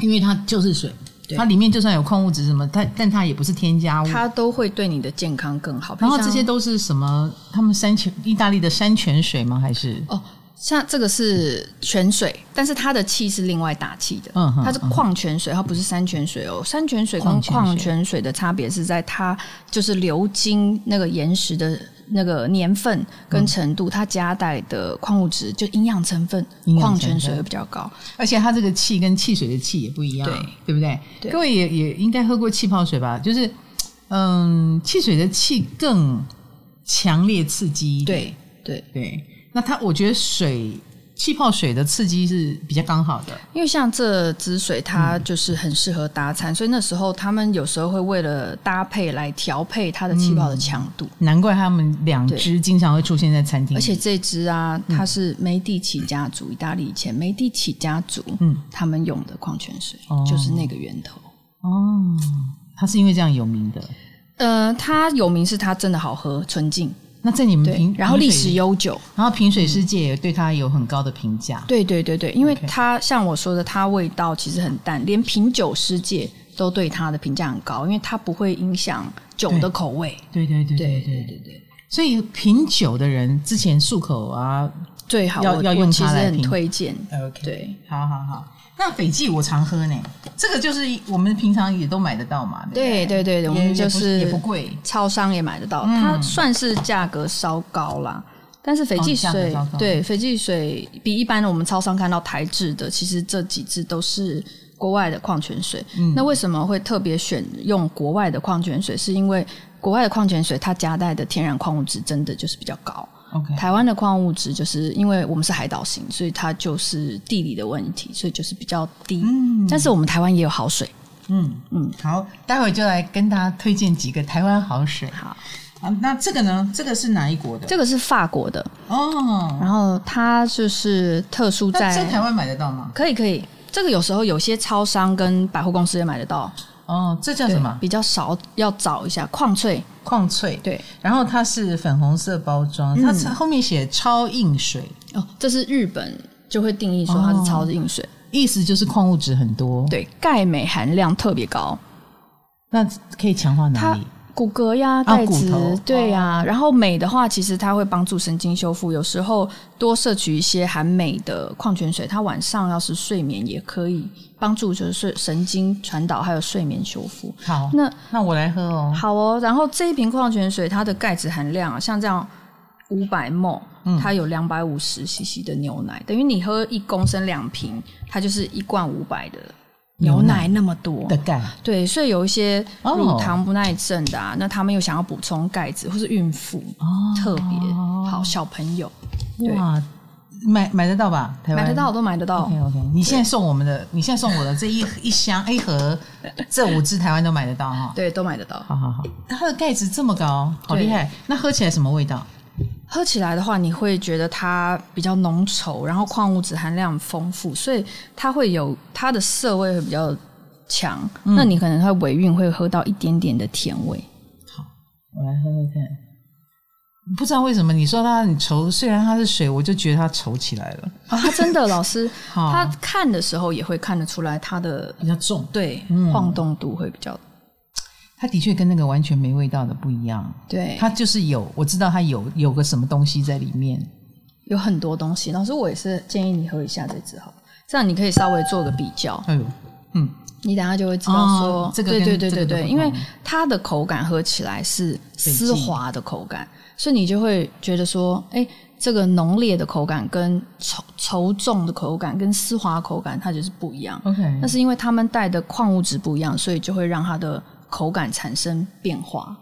[SPEAKER 2] 因为它就是水，
[SPEAKER 1] 对
[SPEAKER 2] 它里面就算有矿物质什么，它但它也不是添加物。
[SPEAKER 1] 它都会对你的健康更好。
[SPEAKER 2] 然后
[SPEAKER 1] 比如
[SPEAKER 2] 这
[SPEAKER 1] 像
[SPEAKER 2] 些都是什么？他们山泉意大利的山泉水吗？还是
[SPEAKER 1] 哦，像这个是泉水，但是它的气是另外打气的，
[SPEAKER 2] 嗯哼
[SPEAKER 1] 它是矿泉水，它不是山泉水哦。山泉水跟
[SPEAKER 2] 矿泉水
[SPEAKER 1] 矿泉水的差别是在它就是流经那个岩石的。那个年份
[SPEAKER 2] 嗯
[SPEAKER 1] 跟程度，它夹带的矿物质就营养成分
[SPEAKER 2] 营，养
[SPEAKER 1] 矿
[SPEAKER 2] 成
[SPEAKER 1] 泉水
[SPEAKER 2] 分
[SPEAKER 1] 会比较高。
[SPEAKER 2] 而且它这个气跟汽水的气也不一样，
[SPEAKER 1] 对
[SPEAKER 2] 对不对？
[SPEAKER 1] 对
[SPEAKER 2] 各位也也应该喝过气泡水吧？就是，嗯，汽水的气更强烈刺激一点，
[SPEAKER 1] 对对，
[SPEAKER 2] 对。那它我觉得水气泡水的刺激是比较刚好的，
[SPEAKER 1] 因为像这支水，它就是很适合搭餐，所以那时候他们有时候会为了搭配来调配它的气泡的强度。
[SPEAKER 2] 难怪他们两只经常会出现在餐厅里，
[SPEAKER 1] 而且这支啊，它是梅第奇家族，意大利以前梅第奇家族，
[SPEAKER 2] 嗯
[SPEAKER 1] 嗯，他们用的矿泉水、
[SPEAKER 2] 哦
[SPEAKER 1] 就是那个源头。
[SPEAKER 2] 哦，它是因为这样有名的。
[SPEAKER 1] 呃，它有名是它真的好喝，纯净，
[SPEAKER 2] 那在你们
[SPEAKER 1] 对
[SPEAKER 2] 评，，
[SPEAKER 1] 然后
[SPEAKER 2] 评
[SPEAKER 1] 历
[SPEAKER 2] 水
[SPEAKER 1] 史悠久，
[SPEAKER 2] 然后评水世界也对它有很高的评价。
[SPEAKER 1] 对对对对，因为
[SPEAKER 2] OK
[SPEAKER 1] 它像我说的，它味道其实很淡，连品酒师界都对它的评价很高，因为它不会影响酒
[SPEAKER 2] 对
[SPEAKER 1] 的口味。
[SPEAKER 2] 对对对
[SPEAKER 1] 对
[SPEAKER 2] 对
[SPEAKER 1] 对
[SPEAKER 2] 对
[SPEAKER 1] 对对，
[SPEAKER 2] 所以品酒的人之前漱口啊
[SPEAKER 1] 最好
[SPEAKER 2] 要
[SPEAKER 1] 我
[SPEAKER 2] 要
[SPEAKER 1] 我
[SPEAKER 2] 用
[SPEAKER 1] 其
[SPEAKER 2] 它
[SPEAKER 1] 实
[SPEAKER 2] 来
[SPEAKER 1] 很
[SPEAKER 2] 评
[SPEAKER 1] 推荐。
[SPEAKER 2] ，OK，
[SPEAKER 1] 对
[SPEAKER 2] 好好好。那斐济我常喝呢，这个就是我们平常也都买得到嘛。
[SPEAKER 1] 对
[SPEAKER 2] 不
[SPEAKER 1] 对对对，我
[SPEAKER 2] 也
[SPEAKER 1] 们
[SPEAKER 2] 也
[SPEAKER 1] 就
[SPEAKER 2] 不
[SPEAKER 1] 是
[SPEAKER 2] 也不贵，
[SPEAKER 1] 超商也买得到，
[SPEAKER 2] 嗯
[SPEAKER 1] 它算是价格稍高啦。但是斐济
[SPEAKER 2] 哦价格
[SPEAKER 1] 水、
[SPEAKER 2] 稍高
[SPEAKER 1] 对斐济水比一般我们超商看到台制的，其实这几支都是国外的矿泉水。
[SPEAKER 2] 嗯
[SPEAKER 1] 那为什么会特别选用国外的矿泉水？是因为国外的矿泉水它夹带的天然矿物质真的就是比较高。
[SPEAKER 2] OK，
[SPEAKER 1] 台湾的矿物质就是因为我们是海岛型，所以它就是地理的问题，所以就是比较低。
[SPEAKER 2] 嗯
[SPEAKER 1] 但是我们台湾也有好水，
[SPEAKER 2] 嗯嗯
[SPEAKER 1] 嗯，
[SPEAKER 2] 好，待会就来跟大家推荐几个台湾好水。
[SPEAKER 1] 好，
[SPEAKER 2] 好，那这个呢？这个是哪一国的？
[SPEAKER 1] 这个是法国的，
[SPEAKER 2] 哦，
[SPEAKER 1] 然后它就是特殊
[SPEAKER 2] 那在台
[SPEAKER 1] 在，
[SPEAKER 2] 湾买得到吗？
[SPEAKER 1] 可以可以，这个有时候有些超商跟百货公司也买得到，
[SPEAKER 2] 哦，这叫
[SPEAKER 1] 对
[SPEAKER 2] 什么？
[SPEAKER 1] 比较少，要找一下矿萃，
[SPEAKER 2] 矿萃。
[SPEAKER 1] 对，
[SPEAKER 2] 然后它是粉红色包装，
[SPEAKER 1] 嗯
[SPEAKER 2] 它是后面写超硬水，
[SPEAKER 1] 哦，这是日本就会定义说它是
[SPEAKER 2] 哦
[SPEAKER 1] 超硬水，
[SPEAKER 2] 意思就是矿物质很多。，
[SPEAKER 1] 对，钙镁含量特别高，
[SPEAKER 2] 那可以强化哪
[SPEAKER 1] 它
[SPEAKER 2] 里？
[SPEAKER 1] 骨骼呀、
[SPEAKER 2] 啊
[SPEAKER 1] 钙
[SPEAKER 2] 骨
[SPEAKER 1] 质，
[SPEAKER 2] 头哦
[SPEAKER 1] 对呀、然后镁的话，其实它会帮助神经修复，有时候多摄取一些含镁的矿泉水，它晚上要是睡眠也可以帮助，就是神经传导还有睡眠修复。
[SPEAKER 2] 好，
[SPEAKER 1] 那
[SPEAKER 2] 那我来喝哦。
[SPEAKER 1] 好哦，然后这一瓶矿泉水它的钙质含量啊，像这样五百 ml，它
[SPEAKER 2] 嗯
[SPEAKER 1] 有两百五十 cc 的牛奶，等于你喝一公升两瓶，它就是一罐五百的牛奶那么多
[SPEAKER 2] 的。钙
[SPEAKER 1] 对，所以有一些
[SPEAKER 2] 哦
[SPEAKER 1] 乳糖不耐症的啊，那他们又想要补充钙质，或是孕妇、
[SPEAKER 2] 哦
[SPEAKER 1] 特别好小朋友，对
[SPEAKER 2] 哇，买买得到吧？台湾
[SPEAKER 1] 买得到。都买得到
[SPEAKER 2] OK。OK，你现在送我们的，你现在送我的这一一箱一盒，这五支台湾都买得到哈。
[SPEAKER 1] 对，都买得到。
[SPEAKER 2] 好好好，它的钙质这么高，好
[SPEAKER 1] 对
[SPEAKER 2] 厉害。那喝起来什么味道？
[SPEAKER 1] 喝起来的话，你会觉得它比较浓稠，然后矿物质含量丰富，所以它会有它的涩味会比较强。
[SPEAKER 2] 嗯
[SPEAKER 1] 那你可能会尾韵会喝到一点点的甜 味，
[SPEAKER 2] 我来喝喝看。不知道为什么你说它很稠，虽然它是水，我就觉得它稠起来了，
[SPEAKER 1] 啊，它真的老师，
[SPEAKER 2] 好
[SPEAKER 1] 他看的时候也会看得出来它的
[SPEAKER 2] 比较重。
[SPEAKER 1] 对
[SPEAKER 2] 嗯
[SPEAKER 1] 晃动度会比较
[SPEAKER 2] 它的确跟那个完全没味道的不一样，
[SPEAKER 1] 对，
[SPEAKER 2] 它就是有，我知道它有有个什么东西在里面。
[SPEAKER 1] 有很多东西。老师，我也是建议你喝一下这支好了，这样你可以稍微做个比较。
[SPEAKER 2] 哎呦，嗯，
[SPEAKER 1] 你等下就会知道说，
[SPEAKER 2] 哦这个
[SPEAKER 1] 对
[SPEAKER 2] 跟
[SPEAKER 1] 对对
[SPEAKER 2] 这个
[SPEAKER 1] 对对，
[SPEAKER 2] 都不
[SPEAKER 1] 因为
[SPEAKER 2] 同
[SPEAKER 1] 它的口感喝起来是丝滑的口感，所以你就会觉得说，哎、这个浓烈的口感跟稠稠重的口感跟丝滑口感它就是不一样。
[SPEAKER 2] OK，
[SPEAKER 1] 那是因为它们带的矿物质不一样，所以就会让它的口感产生变化。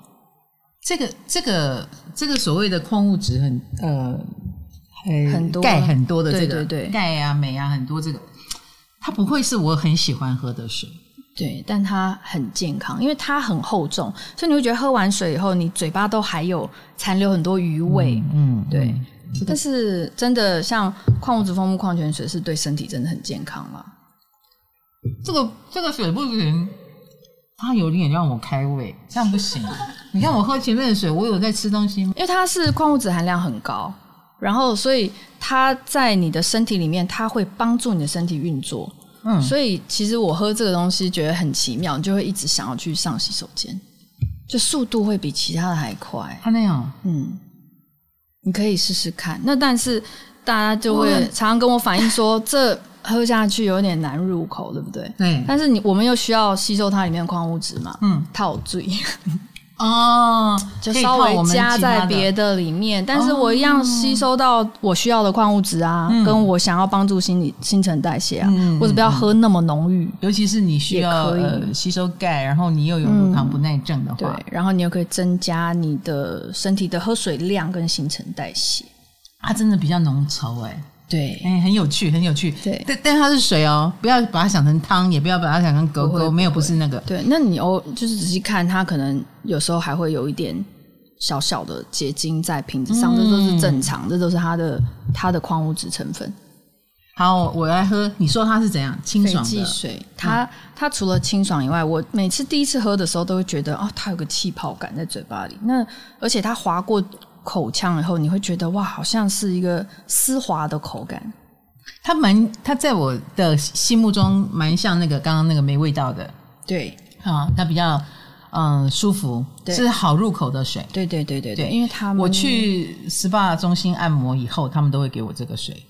[SPEAKER 2] 这个这个这个所谓的矿物质很呃很
[SPEAKER 1] 很多
[SPEAKER 2] 钙很多的这
[SPEAKER 1] 对
[SPEAKER 2] 个
[SPEAKER 1] 对对
[SPEAKER 2] 钙啊镁啊很多这个，它不会是我很喜欢喝的水。
[SPEAKER 1] 对，但它很健康，因为它很厚重，所以你会觉得喝完水以后，你嘴巴都还有残留很多余味。
[SPEAKER 2] 嗯，
[SPEAKER 1] 对
[SPEAKER 2] 嗯是的
[SPEAKER 1] 但是真的像矿物质丰富矿泉水是对身体真的很健康啦。
[SPEAKER 2] 这个这个水不行，它有点让我开胃，这样不行。你看我喝前面的水，我有在吃东西吗？
[SPEAKER 1] 因为它是矿物质含量很高，然后所以它在你的身体里面，它会帮助你的身体运作。
[SPEAKER 2] 嗯
[SPEAKER 1] 所以其实我喝这个东西觉得很奇妙，你就会一直想要去上洗手间，就速度会比其他的还快。
[SPEAKER 2] 它那样
[SPEAKER 1] 嗯，你可以试试看。那但是大家就会
[SPEAKER 2] 我
[SPEAKER 1] 常常跟我反映说，这喝下去有点难入口，对不对？
[SPEAKER 2] 对，
[SPEAKER 1] 但是你我们又需要吸收它里面的矿物质嘛，
[SPEAKER 2] 嗯
[SPEAKER 1] 套 醉。
[SPEAKER 2] 哦，
[SPEAKER 1] 就
[SPEAKER 2] 可以
[SPEAKER 1] 稍
[SPEAKER 2] 靠我
[SPEAKER 1] 微
[SPEAKER 2] 们
[SPEAKER 1] 加
[SPEAKER 2] 其他
[SPEAKER 1] 在
[SPEAKER 2] 的
[SPEAKER 1] 别的里面，但是我一样吸收到我需要的矿物质啊，
[SPEAKER 2] 嗯
[SPEAKER 1] 跟我想要帮助心理新陈代谢啊，
[SPEAKER 2] 嗯
[SPEAKER 1] 或者不要喝那么浓郁。
[SPEAKER 2] 尤其是你需
[SPEAKER 1] 也
[SPEAKER 2] 要
[SPEAKER 1] 可以嗯
[SPEAKER 2] 呃吸收钙，然后你又有乳糖不耐症的
[SPEAKER 1] 对
[SPEAKER 2] 话，，
[SPEAKER 1] 然后你又可以增加你的身体的喝水量跟新陈代谢。
[SPEAKER 2] 它真的比较浓稠哎、
[SPEAKER 1] 对，
[SPEAKER 2] 哎、很有趣，很有趣。
[SPEAKER 1] 对
[SPEAKER 2] 但但它是水哦，不要把它想成汤，也不要把它想成狗
[SPEAKER 1] 不会
[SPEAKER 2] 狗，
[SPEAKER 1] 不
[SPEAKER 2] 没有，不是那个。
[SPEAKER 1] 对，那你哦，就是仔细看，它可能有时候还会有一点小小的结晶在瓶子上，
[SPEAKER 2] 嗯
[SPEAKER 1] 这都是正常，这都是它的它的矿物质成分。
[SPEAKER 2] 好，我来喝。你说它是怎样清
[SPEAKER 1] 斐
[SPEAKER 2] 爽
[SPEAKER 1] 济
[SPEAKER 2] 的？嗯
[SPEAKER 1] 水，它它除了清爽以外，我每次第一次喝的时候都会觉得哦，它有个气泡感在嘴巴里。那而且它划过口腔以后，你会觉得哇，好像是一个丝滑的口感。
[SPEAKER 2] 它蛮，它在我的心目中蛮像那个刚刚那个没味道的
[SPEAKER 1] 对，
[SPEAKER 2] 啊，它比较嗯、呃舒服，
[SPEAKER 1] 对
[SPEAKER 2] 是好入口的水。
[SPEAKER 1] 对对对对
[SPEAKER 2] 对
[SPEAKER 1] 对，因为它们
[SPEAKER 2] 我，去 SPA 中心按摩以后，他们都会给我这个水。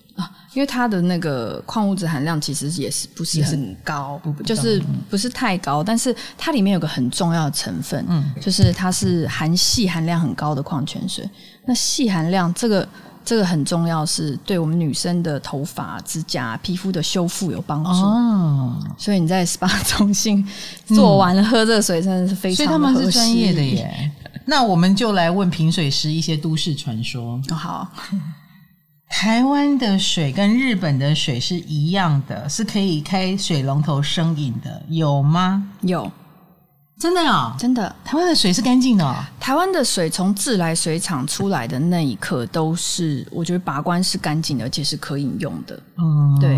[SPEAKER 1] 因为它的那个矿物质含量其实也是不是
[SPEAKER 2] 也是
[SPEAKER 1] 很高
[SPEAKER 2] 不不，嗯
[SPEAKER 1] 就是不是太高，但是它里面有个很重要的成分，
[SPEAKER 2] 嗯
[SPEAKER 1] 就是它是含硒含量很高的矿泉水。那硒含量这个这个很重要，是对我们女生的头发、指甲、皮肤的修复有帮助。
[SPEAKER 2] 哦，
[SPEAKER 1] 所以你在 SPA 中心做完了喝这个水，真的是非
[SPEAKER 2] 所
[SPEAKER 1] 常
[SPEAKER 2] 以
[SPEAKER 1] 的
[SPEAKER 2] 他们是
[SPEAKER 1] 合
[SPEAKER 2] 专
[SPEAKER 1] 时
[SPEAKER 2] 业的
[SPEAKER 1] 宜。
[SPEAKER 2] 耶。那我们就来问评水师一些都市传说。
[SPEAKER 1] 哦好，
[SPEAKER 2] 台湾的水跟日本的水是一样的，是可以开水龙头生饮的，有吗？
[SPEAKER 1] 有
[SPEAKER 2] 真的啊、
[SPEAKER 1] 真的，
[SPEAKER 2] 台湾的水是干净的、哦，
[SPEAKER 1] 台湾的水从自来水厂出来的那一刻，都是我觉得把关是干净的，而且是可饮用的。
[SPEAKER 2] 嗯，
[SPEAKER 1] 对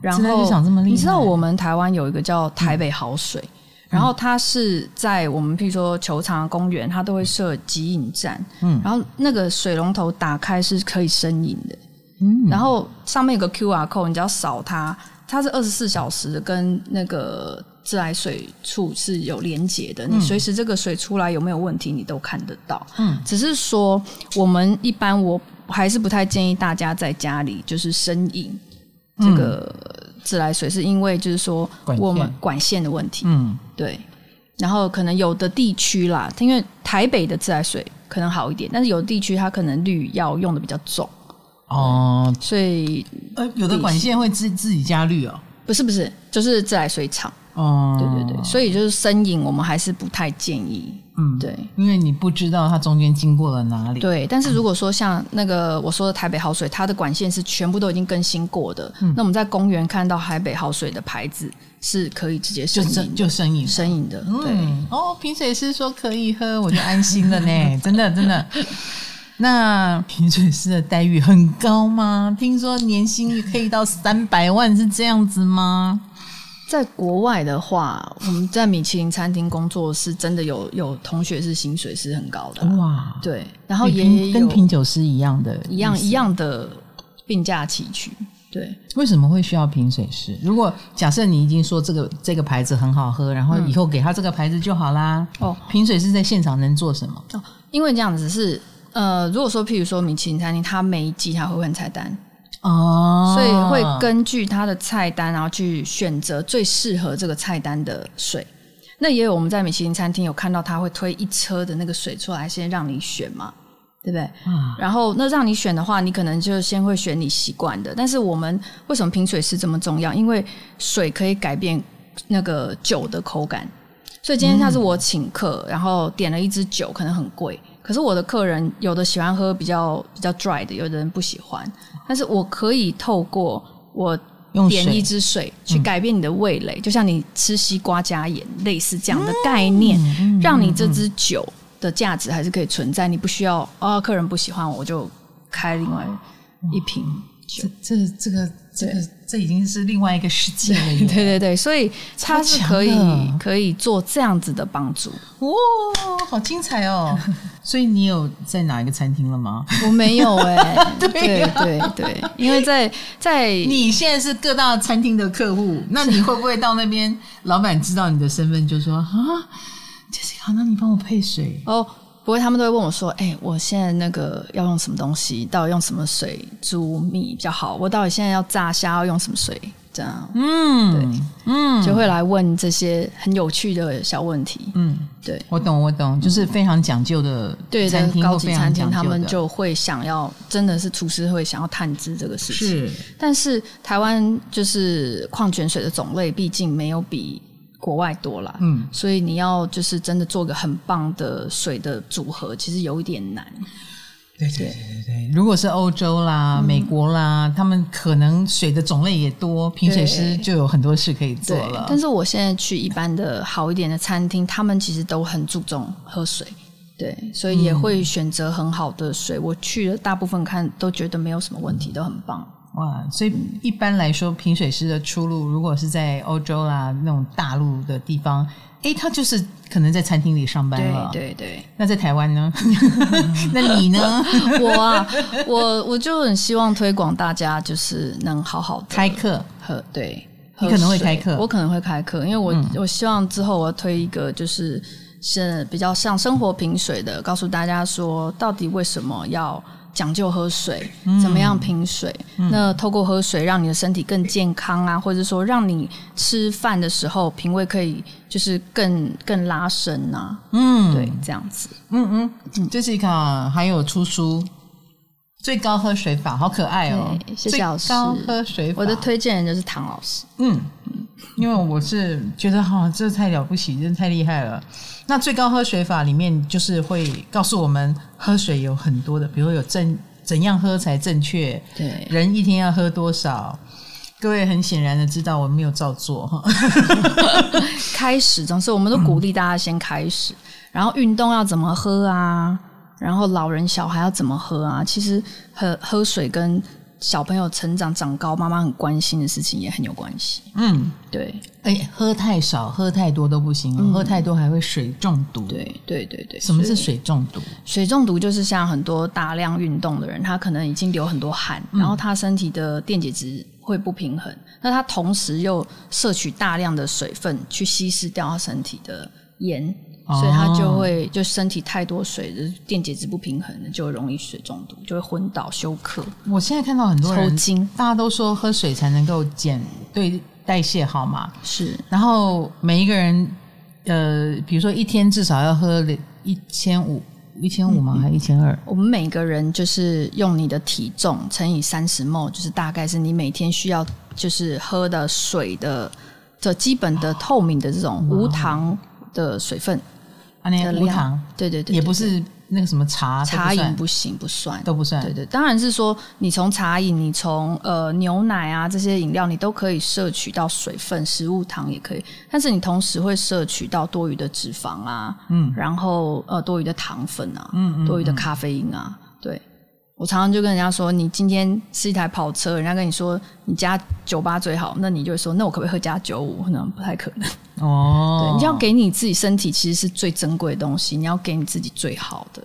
[SPEAKER 1] 然
[SPEAKER 2] 自来
[SPEAKER 1] 后
[SPEAKER 2] 水厂这么厉害，嗯
[SPEAKER 1] 你知道我们台湾有一个叫台北好水，然后它是在我们譬如说球场、啊公园，它都会设集饮站，
[SPEAKER 2] 嗯
[SPEAKER 1] 然后那个水龙头打开是可以生饮的，
[SPEAKER 2] 嗯
[SPEAKER 1] 然后上面有个 QR code，你只要扫它，它是二十四小时的跟那个自来水处是有连接的，你随时这个水出来有没有问题，你都看得到。
[SPEAKER 2] 嗯，
[SPEAKER 1] 只是说我们一般我还是不太建议大家在家里就是生饮这个自来水，是因为就是说
[SPEAKER 2] 嗯管线
[SPEAKER 1] 我们管线的问题，
[SPEAKER 2] 嗯
[SPEAKER 1] 对。然后可能有的地区啦，因为台北的自来水可能好一点，但是有的地区它可能氯要用的比较重，
[SPEAKER 2] 哦，
[SPEAKER 1] 所以
[SPEAKER 2] 呃，有的管线会自自己加滤哦，
[SPEAKER 1] 不是不是，就是自来水厂，
[SPEAKER 2] 哦，
[SPEAKER 1] 对对对，所以就是生饮我们还是不太建议，
[SPEAKER 2] 嗯，
[SPEAKER 1] 对
[SPEAKER 2] 因为你不知道它中间经过了哪里，
[SPEAKER 1] 对。但是如果说像那个我说的台北好水，它的管线是全部都已经更新过的，
[SPEAKER 2] 嗯
[SPEAKER 1] 那我们在公园看到台北好水的牌子是可以直接
[SPEAKER 2] 就
[SPEAKER 1] 生
[SPEAKER 2] 生
[SPEAKER 1] 饮的
[SPEAKER 2] 就生饮了
[SPEAKER 1] 生饮的，对。
[SPEAKER 2] 嗯，哦，评水师说可以喝，我就安心 了呢，真的真的。那评水师的待遇很高吗？听说年薪可以到三百万，是这样子吗？
[SPEAKER 1] 在国外的话，我们在米其林餐厅工作是真的有有同学是薪水是很高的啊，
[SPEAKER 2] 哇，
[SPEAKER 1] 对，然后
[SPEAKER 2] 跟
[SPEAKER 1] 也
[SPEAKER 2] 跟
[SPEAKER 1] 有
[SPEAKER 2] 品酒师一样的，
[SPEAKER 1] 一样一。样的并驾齐驱，对。
[SPEAKER 2] 为什么会需要评水师？如果假设你已经说这个这个牌子很好喝，然后以后给他这个牌子就好啦。
[SPEAKER 1] 哦，
[SPEAKER 2] 评水师在现场能做什么？
[SPEAKER 1] 哦，因为这样子是。呃，如果说譬如说米其林餐厅，它每一季它会换菜单，
[SPEAKER 2] 哦
[SPEAKER 1] 所以会根据它的菜单，然后去选择最适合这个菜单的水。那也有我们在米其林餐厅有看到，它会推一车的那个水出来，先让你选嘛。对不对？
[SPEAKER 2] 啊，
[SPEAKER 1] 然后那让你选的话，你可能就先会选你习惯的。但是我们为什么品水师这么重要？因为水可以改变那个酒的口感。所以今天下次我请客，然后点了一支酒，可能很贵，可是我的客人有的喜欢喝比较比较 dry 的，有的人不喜欢。但是我可以透过我
[SPEAKER 2] 用
[SPEAKER 1] 点一
[SPEAKER 2] 水，
[SPEAKER 1] 支水去改变你的味蕾，
[SPEAKER 2] 嗯
[SPEAKER 1] 就像你吃西瓜加盐类似这样的概念，
[SPEAKER 2] 嗯
[SPEAKER 1] 让你这支酒的价值还是可以存在。你不需要啊、客人不喜欢我就开另外一瓶酒
[SPEAKER 2] 这。这这个这个这已经是另外一个世界了耶，
[SPEAKER 1] 对对对，所以它是可以
[SPEAKER 2] 超强的
[SPEAKER 1] 可以做这样子的帮助。
[SPEAKER 2] 哇，好精彩 哦！所以你有在哪一个餐厅了吗？
[SPEAKER 1] 我没有哎、
[SPEAKER 2] 对呀
[SPEAKER 1] 对对对，因为在在
[SPEAKER 2] 你现在是各大餐厅的 客户，那你会不会到那边，老板知道你的身份就说啊，Jessica，那你帮我配水？
[SPEAKER 1] 哦，不会，他们都会问我说：“哎、我现在那个要用什么东西？到底用什么水煮米比较好？我到底现在要炸虾要用什么水？”这样
[SPEAKER 2] 嗯，嗯，
[SPEAKER 1] 就会来问这些很有趣的小问题。
[SPEAKER 2] 嗯，
[SPEAKER 1] 对
[SPEAKER 2] 我懂，我懂，就是非常讲究的
[SPEAKER 1] 对，在
[SPEAKER 2] 餐厅，
[SPEAKER 1] 高
[SPEAKER 2] 或
[SPEAKER 1] 级
[SPEAKER 2] 非常
[SPEAKER 1] 餐厅
[SPEAKER 2] 讲究
[SPEAKER 1] 他们
[SPEAKER 2] 的
[SPEAKER 1] 就会想要，真的是厨师会想要探知这个事情。
[SPEAKER 2] 是
[SPEAKER 1] 但是台湾就是矿泉水的种类，毕竟没有比国外多啦。
[SPEAKER 2] 嗯
[SPEAKER 1] 所以你要就是真的做个很棒的水的组合，其实有一点难。
[SPEAKER 2] 对对对对对，如果是欧洲啦、
[SPEAKER 1] 嗯
[SPEAKER 2] 美国啦，他们可能水的种类也多，品水师
[SPEAKER 1] 对
[SPEAKER 2] 就有很多事可以做
[SPEAKER 1] 对，
[SPEAKER 2] 了。
[SPEAKER 1] 但是我现在去一般的好一点的餐厅，他们其实都很注重喝水，对，所以也会选择很好的水。我去了大部分看都觉得没有什么问题，都很棒。
[SPEAKER 2] 哇，所以一般来说，品水师的出路，如果是在欧洲啦那种大陆的地方，诶，他就是可能在餐厅里上班
[SPEAKER 1] 对
[SPEAKER 2] 了。
[SPEAKER 1] 嗯对对，
[SPEAKER 2] 那在台湾呢？ 那你呢？
[SPEAKER 1] 我啊，我我就很希望推广大家就是能好好 的
[SPEAKER 2] 开课
[SPEAKER 1] 喝，对，
[SPEAKER 2] 你
[SPEAKER 1] 喝
[SPEAKER 2] 可能会
[SPEAKER 1] 水
[SPEAKER 2] 开课嗯
[SPEAKER 1] 我可能会开课，因为我、我希望之后我要推一个就是是比较像生活品水的，告诉大家说到底为什么要。讲究喝水，
[SPEAKER 2] 嗯
[SPEAKER 1] 怎么样品水？那透过喝水，让你的身体更健康啊，或者说让你吃饭的时候品味可以就是更更拉伸啊，
[SPEAKER 2] 嗯，
[SPEAKER 1] 对，这样子。
[SPEAKER 2] 嗯嗯，Jessica 还有出书，最高喝水法，好可爱哦！
[SPEAKER 1] 对谢谢老师
[SPEAKER 2] 最高喝水法，
[SPEAKER 1] 我的推荐人就是唐老师，
[SPEAKER 2] 嗯，因为我是觉得哈、这太了不起，真的太厉害了。那最高喝水法里面就是会告诉我们，喝水有很多的，比如有正怎样喝才正确，
[SPEAKER 1] 对，
[SPEAKER 2] 人一天要喝多少。各位很显然的知道我没有照做哈，
[SPEAKER 1] 开始总是我们都鼓励大家先开始，然后运动要怎么喝啊，然后老人小孩要怎么喝啊，其实喝喝水跟小朋友成长长高，妈妈很关心的事情也很有关系。
[SPEAKER 2] 嗯，
[SPEAKER 1] 对
[SPEAKER 2] 哎、喝太少、喝太多都不行哦，喝太多还会水中毒。，
[SPEAKER 1] 嗯对对对对，
[SPEAKER 2] 什么是
[SPEAKER 1] 所以
[SPEAKER 2] 水中毒？
[SPEAKER 1] 水中毒？就是像很多大量运动的人，他可能已经流很多汗，
[SPEAKER 2] 嗯
[SPEAKER 1] 然后他身体的电解质会不平衡，那他同时又摄取大量的水分去稀释掉他身体的盐，
[SPEAKER 2] 哦
[SPEAKER 1] 所以他就会就身体太多水，就是电解质不平衡，就容易水中毒，就会昏倒、休克、
[SPEAKER 2] 我现在看到很多
[SPEAKER 1] 抽
[SPEAKER 2] 人，
[SPEAKER 1] 筋。
[SPEAKER 2] 大家都说喝水才能够减对代谢好嘛，
[SPEAKER 1] 是
[SPEAKER 2] 然后每一个人，呃，比如说一天至少要喝一千五，一千五
[SPEAKER 1] 嗯
[SPEAKER 2] 吗？还一千二？
[SPEAKER 1] 我们每个人就是用你的体重乘以三十 m 就是大概是你每天需要就是喝的水的这基本的透明的这种无糖的水分
[SPEAKER 2] 啊，那
[SPEAKER 1] 的
[SPEAKER 2] 无
[SPEAKER 1] 量
[SPEAKER 2] 糖，
[SPEAKER 1] 对对对，
[SPEAKER 2] 也不
[SPEAKER 1] 对
[SPEAKER 2] 是那个什么茶，都不
[SPEAKER 1] 茶饮
[SPEAKER 2] 算
[SPEAKER 1] 不行不算。
[SPEAKER 2] 都不算。
[SPEAKER 1] 对对，当然是说你从茶饮，你从呃牛奶啊这些饮料，你都可以摄取到水分，食物糖也可以，但是你同时会摄取到多余的脂肪啊，
[SPEAKER 2] 嗯
[SPEAKER 1] 然后呃多余的糖分啊，
[SPEAKER 2] 嗯嗯
[SPEAKER 1] 多余的咖啡因啊，对。我常常就跟人家说，你今天是一台跑车，人家跟你说你加九八最好，那你就会说，那我可不可以喝加九五？那不太可能。
[SPEAKER 2] 哦
[SPEAKER 1] 对，，你要给你自己身体其实是最珍贵的东西，你要给你自己最好的，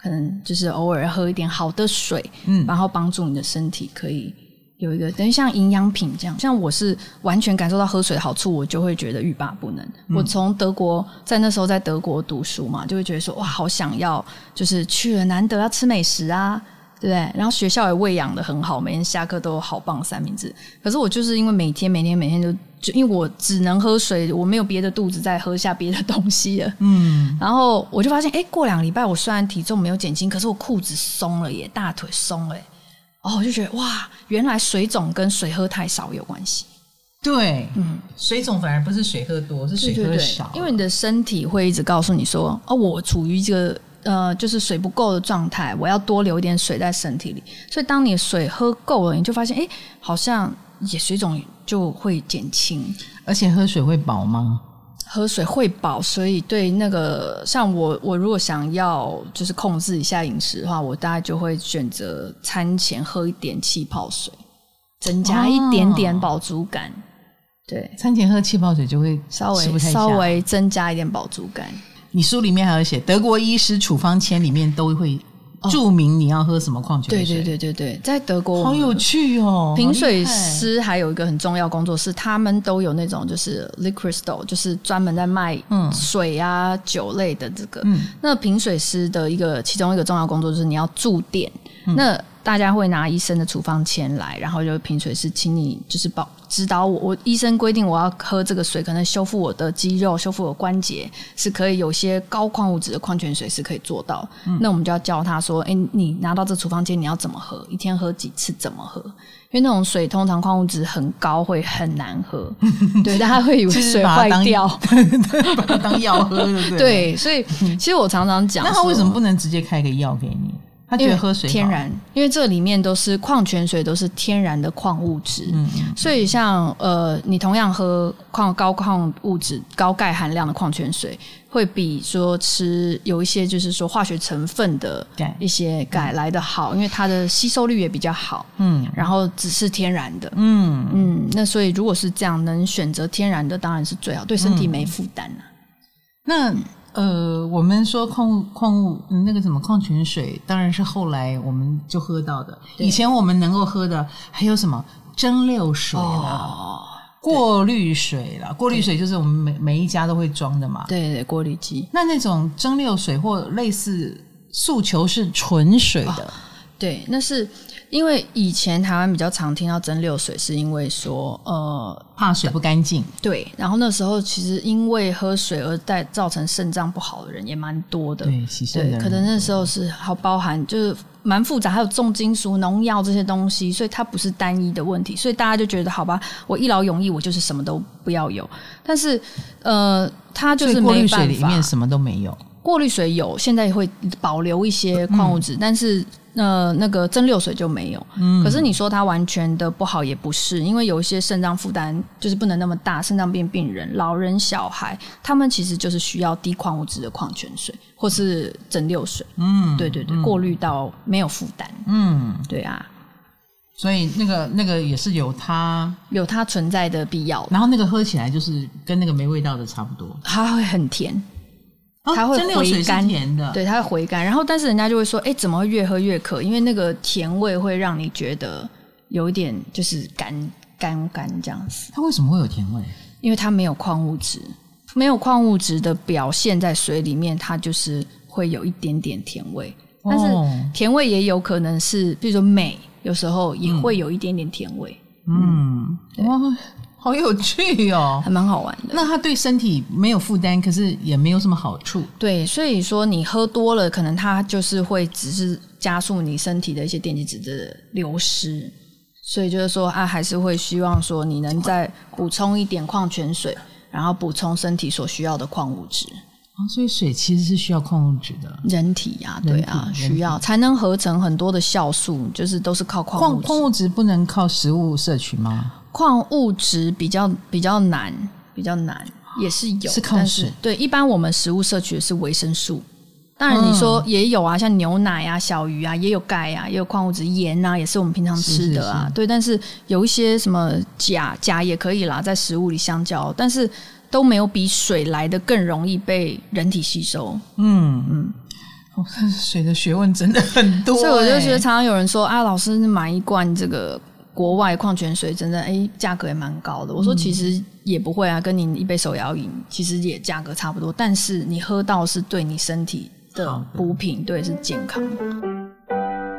[SPEAKER 1] 可能就是偶尔喝一点好的水，
[SPEAKER 2] 嗯
[SPEAKER 1] 然后帮助你的身体可以有一个等于像营养品这样。像我是完全感受到喝水的好处，我就会觉得欲罢不能。
[SPEAKER 2] 嗯
[SPEAKER 1] 我从德国在那时候在德国读书嘛，就会觉得说哇，好想要就是去了难得要吃美食啊。对不对？然后学校也喂养的很好，每天下课都有好棒的三明治。可是我就是因为每天每天每天就就因为我只能喝水，我没有别的肚子再喝下别的东西了。
[SPEAKER 2] 嗯，
[SPEAKER 1] 然后我就发现，哎，过两个礼拜我虽然体重没有减轻，可是我裤子松了耶，大腿松了耶。哦，我就觉得哇，原来水肿跟水喝太少有关系。
[SPEAKER 2] 对，
[SPEAKER 1] 嗯，
[SPEAKER 2] 水肿反而不是水喝多，是水喝少，
[SPEAKER 1] 因为你的身体会一直告诉你说，哦，我处于这个呃，就是水不够的状态，我要多留一点水在身体里。所以当你水喝够了，你就发现，哎、好像也水肿就会减轻，
[SPEAKER 2] 而且喝水会饱吗？
[SPEAKER 1] 喝水会饱。所以对那个像我，我如果想要就是控制一下饮食的话，我大概就会选择餐前喝一点气泡水，增加一点点
[SPEAKER 2] 哦
[SPEAKER 1] 饱足感。对，
[SPEAKER 2] 餐前喝气泡水就会
[SPEAKER 1] 稍
[SPEAKER 2] 吃不
[SPEAKER 1] 微
[SPEAKER 2] 太下
[SPEAKER 1] 稍。微增加一点饱足感。
[SPEAKER 2] 你书里面还有写德国医师处方签里面都会注明你要喝什么矿泉
[SPEAKER 1] 对
[SPEAKER 2] 水，
[SPEAKER 1] 对对对对，在德国我
[SPEAKER 2] 好
[SPEAKER 1] 们
[SPEAKER 2] 有趣哦！
[SPEAKER 1] 评水
[SPEAKER 2] 好厉害
[SPEAKER 1] 师还有一个很重要工作是，他们都有那种就是 liquor store，就是专门在卖
[SPEAKER 2] 嗯
[SPEAKER 1] 水啊、酒类的这个。
[SPEAKER 2] 嗯
[SPEAKER 1] 那评水师的一个其中一个重要工作就是你要驻点，
[SPEAKER 2] 嗯
[SPEAKER 1] 那大家会拿医生的处方签来，然后就评水师请你就是保指导我，我医生规定我要喝这个水，可能修复我的肌肉、修复我的关节是可以，有些高矿物质的矿泉水是可以做到。
[SPEAKER 2] 嗯
[SPEAKER 1] 那我们就要教他说，哎、你拿到这处方签你要怎么喝，一天喝几次，怎么喝。因为那种水通常矿物质很高，会很难 喝，对，大家会以为
[SPEAKER 2] 就是
[SPEAKER 1] 水
[SPEAKER 2] 把它
[SPEAKER 1] 坏
[SPEAKER 2] 当
[SPEAKER 1] 掉，
[SPEAKER 2] 把它当药喝，对不对？。
[SPEAKER 1] 对，所以其实我常常讲说，
[SPEAKER 2] 嗯那他为什么不能直接开个药给你？他觉
[SPEAKER 1] 因为
[SPEAKER 2] 得喝水好
[SPEAKER 1] 天，然？因为这里面都是矿泉水，都是天然的矿物质。
[SPEAKER 2] 嗯，嗯
[SPEAKER 1] 所以像呃，你同样喝矿高矿物质、高钙含量的矿泉水，会比说吃有一些就是说化学成分的
[SPEAKER 2] 钙
[SPEAKER 1] 一些钙来的好，因为它的吸收率也比较好，
[SPEAKER 2] 嗯
[SPEAKER 1] 然后只是天然的。
[SPEAKER 2] 嗯，
[SPEAKER 1] 嗯，那所以如果是这样，能选择天然的当然是最好，对身体没负担
[SPEAKER 2] 嗯
[SPEAKER 1] 啊。
[SPEAKER 2] 那呃，我们说矿物矿物嗯那个什么矿泉水，当然是后来我们就喝到的。
[SPEAKER 1] 对
[SPEAKER 2] 以前我们能够喝的还有什么蒸馏水啦、
[SPEAKER 1] 哦，
[SPEAKER 2] 过滤水啦，过滤水就是我们每每一家都会装的嘛。
[SPEAKER 1] 对对，过滤机。
[SPEAKER 2] 那那种蒸馏水或类似诉求是纯水
[SPEAKER 1] 哦
[SPEAKER 2] 的，
[SPEAKER 1] 对，那是因为以前台湾比较常听到蒸馏水，是因为说呃
[SPEAKER 2] 怕水不干净。
[SPEAKER 1] 对，然后那时候其实因为喝水而带造成肾脏不好的人也蛮多的，
[SPEAKER 2] 对，洗肾
[SPEAKER 1] 对，
[SPEAKER 2] 的人
[SPEAKER 1] 可能那时候是好包含就是蛮复杂，还有重金属、农药这些东西，所以它不是单一的问题，所以大家就觉得好吧，我一劳永逸，我就是什么都不要有，但是呃，它就
[SPEAKER 2] 所以
[SPEAKER 1] 是
[SPEAKER 2] 过
[SPEAKER 1] 没
[SPEAKER 2] 滤
[SPEAKER 1] 办
[SPEAKER 2] 水
[SPEAKER 1] 法。
[SPEAKER 2] 里面什么都没有。
[SPEAKER 1] 过滤水有，现在会保留一些矿物质，但是呃，那个蒸馏水就没有。
[SPEAKER 2] 嗯
[SPEAKER 1] 可是你说它完全的不好也不是，因为有一些肾脏负担就是不能那么大，肾脏病病人、老人、小孩，他们其实就是需要低矿物质的矿泉水或是蒸馏水。
[SPEAKER 2] 嗯，
[SPEAKER 1] 对对对，过滤到没有负担。
[SPEAKER 2] 嗯，
[SPEAKER 1] 对啊，
[SPEAKER 2] 所以那个那个也是有它，
[SPEAKER 1] 有它存在的必要。
[SPEAKER 2] 然后那个喝起来就是跟那个没味道的差不多。
[SPEAKER 1] 它会很甜，
[SPEAKER 2] 哦
[SPEAKER 1] 它会
[SPEAKER 2] 蒸馏水
[SPEAKER 1] 回甘
[SPEAKER 2] 是甜的，
[SPEAKER 1] 对，它会回甘。然后，但是人家就会说，哎、怎么会越喝越渴？因为那个甜味会让你觉得有一点就是干干干这样子，
[SPEAKER 2] 它为什么会有甜味？
[SPEAKER 1] 因为它没有矿物质，没有矿物质的表现在水里面，它就是会有一点点甜味。但是嗯
[SPEAKER 2] 哦
[SPEAKER 1] 甜味也有可能是，比如说镁，有时候也会有一点点甜味，
[SPEAKER 2] 嗯，哇，好有 趣哦
[SPEAKER 1] 还。蛮好玩的。
[SPEAKER 2] 那它对身体没有负担，可是也没有什么好处。
[SPEAKER 1] 对，所以说你喝多了，可能它就是会只是加速你身体的一些电解质的流失，所以就是说啊，还是会希望说你能再补充一点矿泉水，然后补充身体所需要的矿物质，
[SPEAKER 2] 哦所以水其实是需要矿物质的。
[SPEAKER 1] 人体呀、对啊
[SPEAKER 2] 人，体人体
[SPEAKER 1] 需要才能合成很多的酵素，就是都是靠矿
[SPEAKER 2] 矿
[SPEAKER 1] 物质
[SPEAKER 2] 矿物质不能靠食物摄取吗？
[SPEAKER 1] 矿物质比较比较难，比较难，也是有，
[SPEAKER 2] 啊是靠
[SPEAKER 1] 但是
[SPEAKER 2] 水
[SPEAKER 1] 对，一般我们食物摄取的是维生素，当
[SPEAKER 2] 嗯
[SPEAKER 1] 然你说也有啊，像牛奶啊、小鱼啊，也有钙啊，也有矿物质，盐啊，也是我们平常吃的啊。
[SPEAKER 2] 是是是
[SPEAKER 1] 对，但是有一些什么钾，钾也可以啦，在食物里相较，但是都没有比水来的更容易被人体吸收。
[SPEAKER 2] 嗯嗯。哦 水的学问真的很多、
[SPEAKER 1] 所以我就
[SPEAKER 2] 哎
[SPEAKER 1] 觉得，常常有人说啊，老师买一罐这个国外矿泉水，真的哎，价格也蛮高的。我说其实也不会啊，跟你一杯手摇饮其实也价格差不多，但是你喝到是对你身体的
[SPEAKER 2] 好的
[SPEAKER 1] 补品，对，是健康的。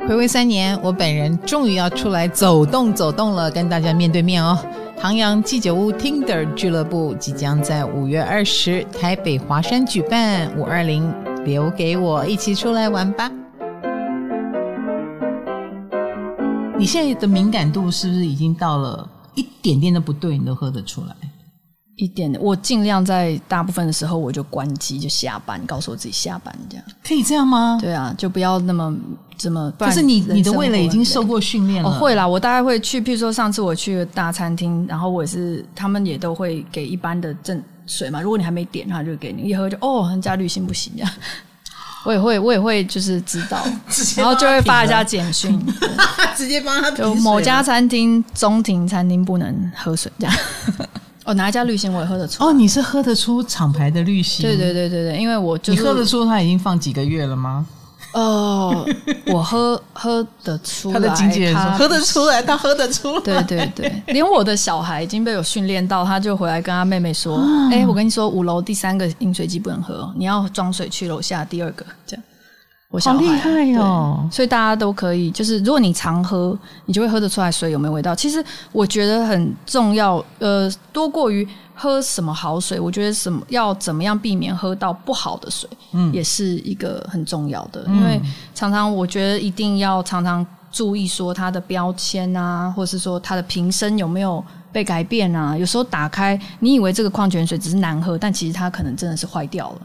[SPEAKER 2] 回归三年，我本人终于要出来走动走动了，跟大家面对面哦。唐阳鸡酒屋 Tinder 俱乐部即将在五月二十台北华山举办，五二零留给我，一起出来玩吧。你现在的敏感度是不是已经到了一点点的不对，你都喝得出来？
[SPEAKER 1] 一点的，我尽量在大部分的时候我就关机就下班，告诉我自己下班这样。
[SPEAKER 2] 可以这样吗？
[SPEAKER 1] 对啊，就不要那么这么。不
[SPEAKER 2] 可
[SPEAKER 1] 然
[SPEAKER 2] 是你
[SPEAKER 1] 人生
[SPEAKER 2] 你的味蕾已经
[SPEAKER 1] 活
[SPEAKER 2] 受
[SPEAKER 1] 很累。
[SPEAKER 2] 过训练了，
[SPEAKER 1] 哦，会啦，我大概会去，譬如说上次我去大餐厅，然后我也是，他们也都会给一般的正水嘛，如果你还没点，他就给你一喝就哦，人家滤芯不行这样。 我也会，我也会就是知 道，
[SPEAKER 2] 直接
[SPEAKER 1] 然后就会发一下
[SPEAKER 2] 帮啊
[SPEAKER 1] 简 讯，
[SPEAKER 2] 他评了，直接帮他评
[SPEAKER 1] 就
[SPEAKER 2] 水
[SPEAKER 1] 某
[SPEAKER 2] 了
[SPEAKER 1] 家餐厅中庭餐厅不能喝水这样。 哦，哪一家滤芯我也喝得出来？
[SPEAKER 2] 哦，你是喝得出厂牌的滤芯，
[SPEAKER 1] 对对对对对，因为我就
[SPEAKER 2] 你
[SPEAKER 1] 是
[SPEAKER 2] 喝得出它已经放几个月了吗？
[SPEAKER 1] 哦，我喝喝得出来，
[SPEAKER 2] 他的经纪人说
[SPEAKER 1] 他
[SPEAKER 2] 喝得出 来，他喝得出 来。
[SPEAKER 1] 对对对，连我的小孩已经被我训练到，他就回来跟他妹妹说：“
[SPEAKER 2] 啊
[SPEAKER 1] 哎、我跟你说，五楼第三个饮水机不能喝哦，你要装水去楼下第二个。”这样，我小
[SPEAKER 2] 好
[SPEAKER 1] 孩啊
[SPEAKER 2] 厉害哦
[SPEAKER 1] 对所以大家都可以，就是如果你常喝，你就会喝得出来水有没有味道。其实我觉得很重要，呃，多过于喝什么好水，我觉得什么要怎么样避免喝到不好的水，
[SPEAKER 2] 嗯
[SPEAKER 1] 也是一个很重要的，因为常常我觉得一定要常常注意说它的标签啊，或是说它的瓶身有没有被改变啊。有时候打开，你以为这个矿泉水只是难喝，但其实它可能真的是坏掉了。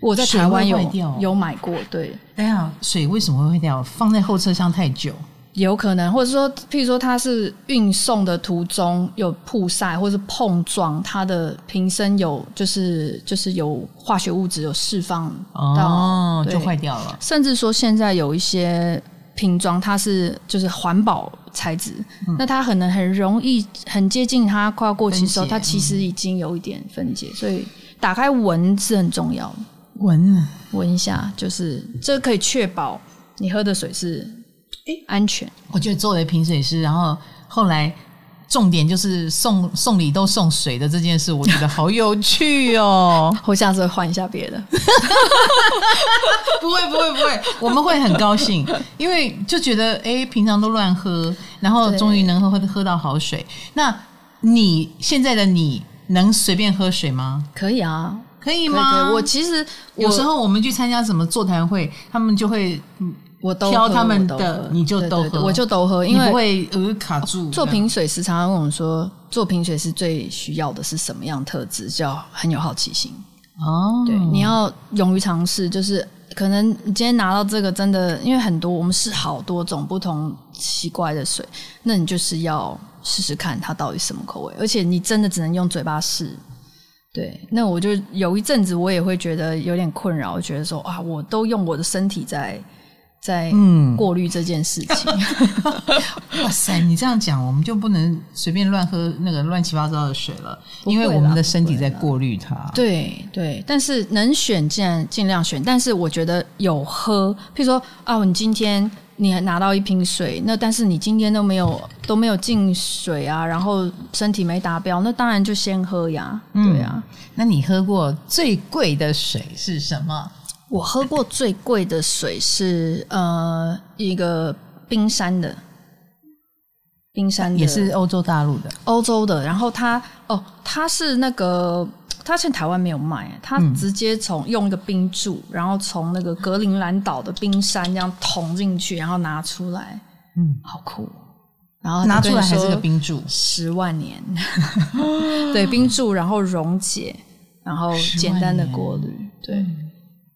[SPEAKER 1] 我在台湾有
[SPEAKER 2] 水会坏掉哦
[SPEAKER 1] 有买过，对，
[SPEAKER 2] 哎呀，水为什么会坏掉？放在后车厢太久，
[SPEAKER 1] 有可能，或者说，譬如说它是运送的途中有曝晒，或是碰撞，它的瓶身有就是就是有化学物质有释放到，
[SPEAKER 2] 哦，
[SPEAKER 1] 对
[SPEAKER 2] 就坏掉了。
[SPEAKER 1] 甚至说现在有一些瓶装，它是就是环保材质，那它可能很容易很接近它快要过期的时候，
[SPEAKER 2] 分解
[SPEAKER 1] 它其实已经有一点分解，所以打开闻是很重要的，
[SPEAKER 2] 闻啊，
[SPEAKER 1] 闻一下就是这可以确保你喝的水是
[SPEAKER 2] 诶
[SPEAKER 1] 安全。
[SPEAKER 2] 我觉得作为评水师，然后后来重点就是送送礼都送水的这件事，我觉得好有趣哦。
[SPEAKER 1] 我下次会换一下别的，
[SPEAKER 2] 不会不会不会， 我们会很高兴，因为就觉得哎、诶平常都乱喝，然后
[SPEAKER 1] 对
[SPEAKER 2] 终于能喝喝到好水。那你现在的你能随便喝水吗？
[SPEAKER 1] 可以啊，
[SPEAKER 2] 可以
[SPEAKER 1] 可以
[SPEAKER 2] 吗？
[SPEAKER 1] 可以。我其实我
[SPEAKER 2] 有时候我们去参加什么座谈会，他们就会嗯
[SPEAKER 1] 我都
[SPEAKER 2] 挑
[SPEAKER 1] 喝
[SPEAKER 2] 他们
[SPEAKER 1] 我都喝
[SPEAKER 2] 的你就
[SPEAKER 1] 对
[SPEAKER 2] 都
[SPEAKER 1] 对对
[SPEAKER 2] 喝
[SPEAKER 1] 我就都喝，
[SPEAKER 2] 你
[SPEAKER 1] 因为哦
[SPEAKER 2] 不会呃卡住
[SPEAKER 1] 做评水时常常问我说，做评水师最需要的是什么样的特质？叫很有好奇心。
[SPEAKER 2] 哦，
[SPEAKER 1] 对，你要勇于尝试，就是可能你今天拿到这个，真的因为很多我们试好多种不同奇怪的水，那你就是要试试看它到底什么口味，而且你真的只能用嘴巴试。对，那我就有一阵子我也会觉得有点困扰，我觉得说啊，我都用我的身体在在
[SPEAKER 2] 嗯
[SPEAKER 1] 过滤这件事情。
[SPEAKER 2] 哇塞，你这样讲，我们就不能随便乱喝那个乱七八糟的水了，
[SPEAKER 1] 不会
[SPEAKER 2] 因
[SPEAKER 1] 啦
[SPEAKER 2] 为我们的身体在
[SPEAKER 1] 不会啦
[SPEAKER 2] 过滤它。
[SPEAKER 1] 对对，但是能选尽量尽量选，但是我觉得有喝，譬如说啊，你今天你拿到一瓶水，那但是你今天都没有都没有进水啊，然后身体没达标，那当然就先喝呀，
[SPEAKER 2] 嗯
[SPEAKER 1] 对啊呀。
[SPEAKER 2] 那你喝过最贵的水是什么？
[SPEAKER 1] 我喝过最贵的水是呃一个冰山的，冰山的
[SPEAKER 2] 也是欧洲大陆的。
[SPEAKER 1] 欧洲的，然后它哦，它是那个，它现在台湾没有卖，
[SPEAKER 2] 嗯
[SPEAKER 1] 它直接从用一个冰柱，然后从那个格陵兰岛的冰山这样捅进去，然后拿出来，
[SPEAKER 2] 嗯，
[SPEAKER 1] 好酷。然后
[SPEAKER 2] 拿出来还是个冰柱，
[SPEAKER 1] 十万 年，对冰柱，然后溶解，然后简单的过滤，对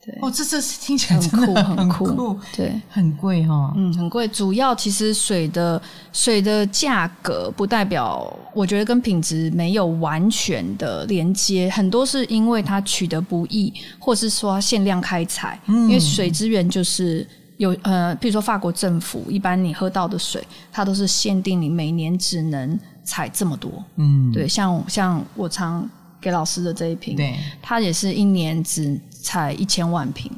[SPEAKER 1] 对，
[SPEAKER 2] 哦，这这是听起来
[SPEAKER 1] 很
[SPEAKER 2] 真的
[SPEAKER 1] 酷很
[SPEAKER 2] 酷，
[SPEAKER 1] 酷，对。
[SPEAKER 2] 很贵哈、哦。
[SPEAKER 1] 嗯，很贵。主要其实水的水的价格不代表，我觉得跟品质没有完全的连接，很多是因为它取得不易，或是说它限量开采，
[SPEAKER 2] 嗯
[SPEAKER 1] 因为水资源就是。有呃，比如说法国政府，一般你喝到的水，它都是限定你每年只能采这么多。
[SPEAKER 2] 嗯，
[SPEAKER 1] 对，像像我常给老师的这一瓶，
[SPEAKER 2] 对，
[SPEAKER 1] 它也是一年只采一千万瓶。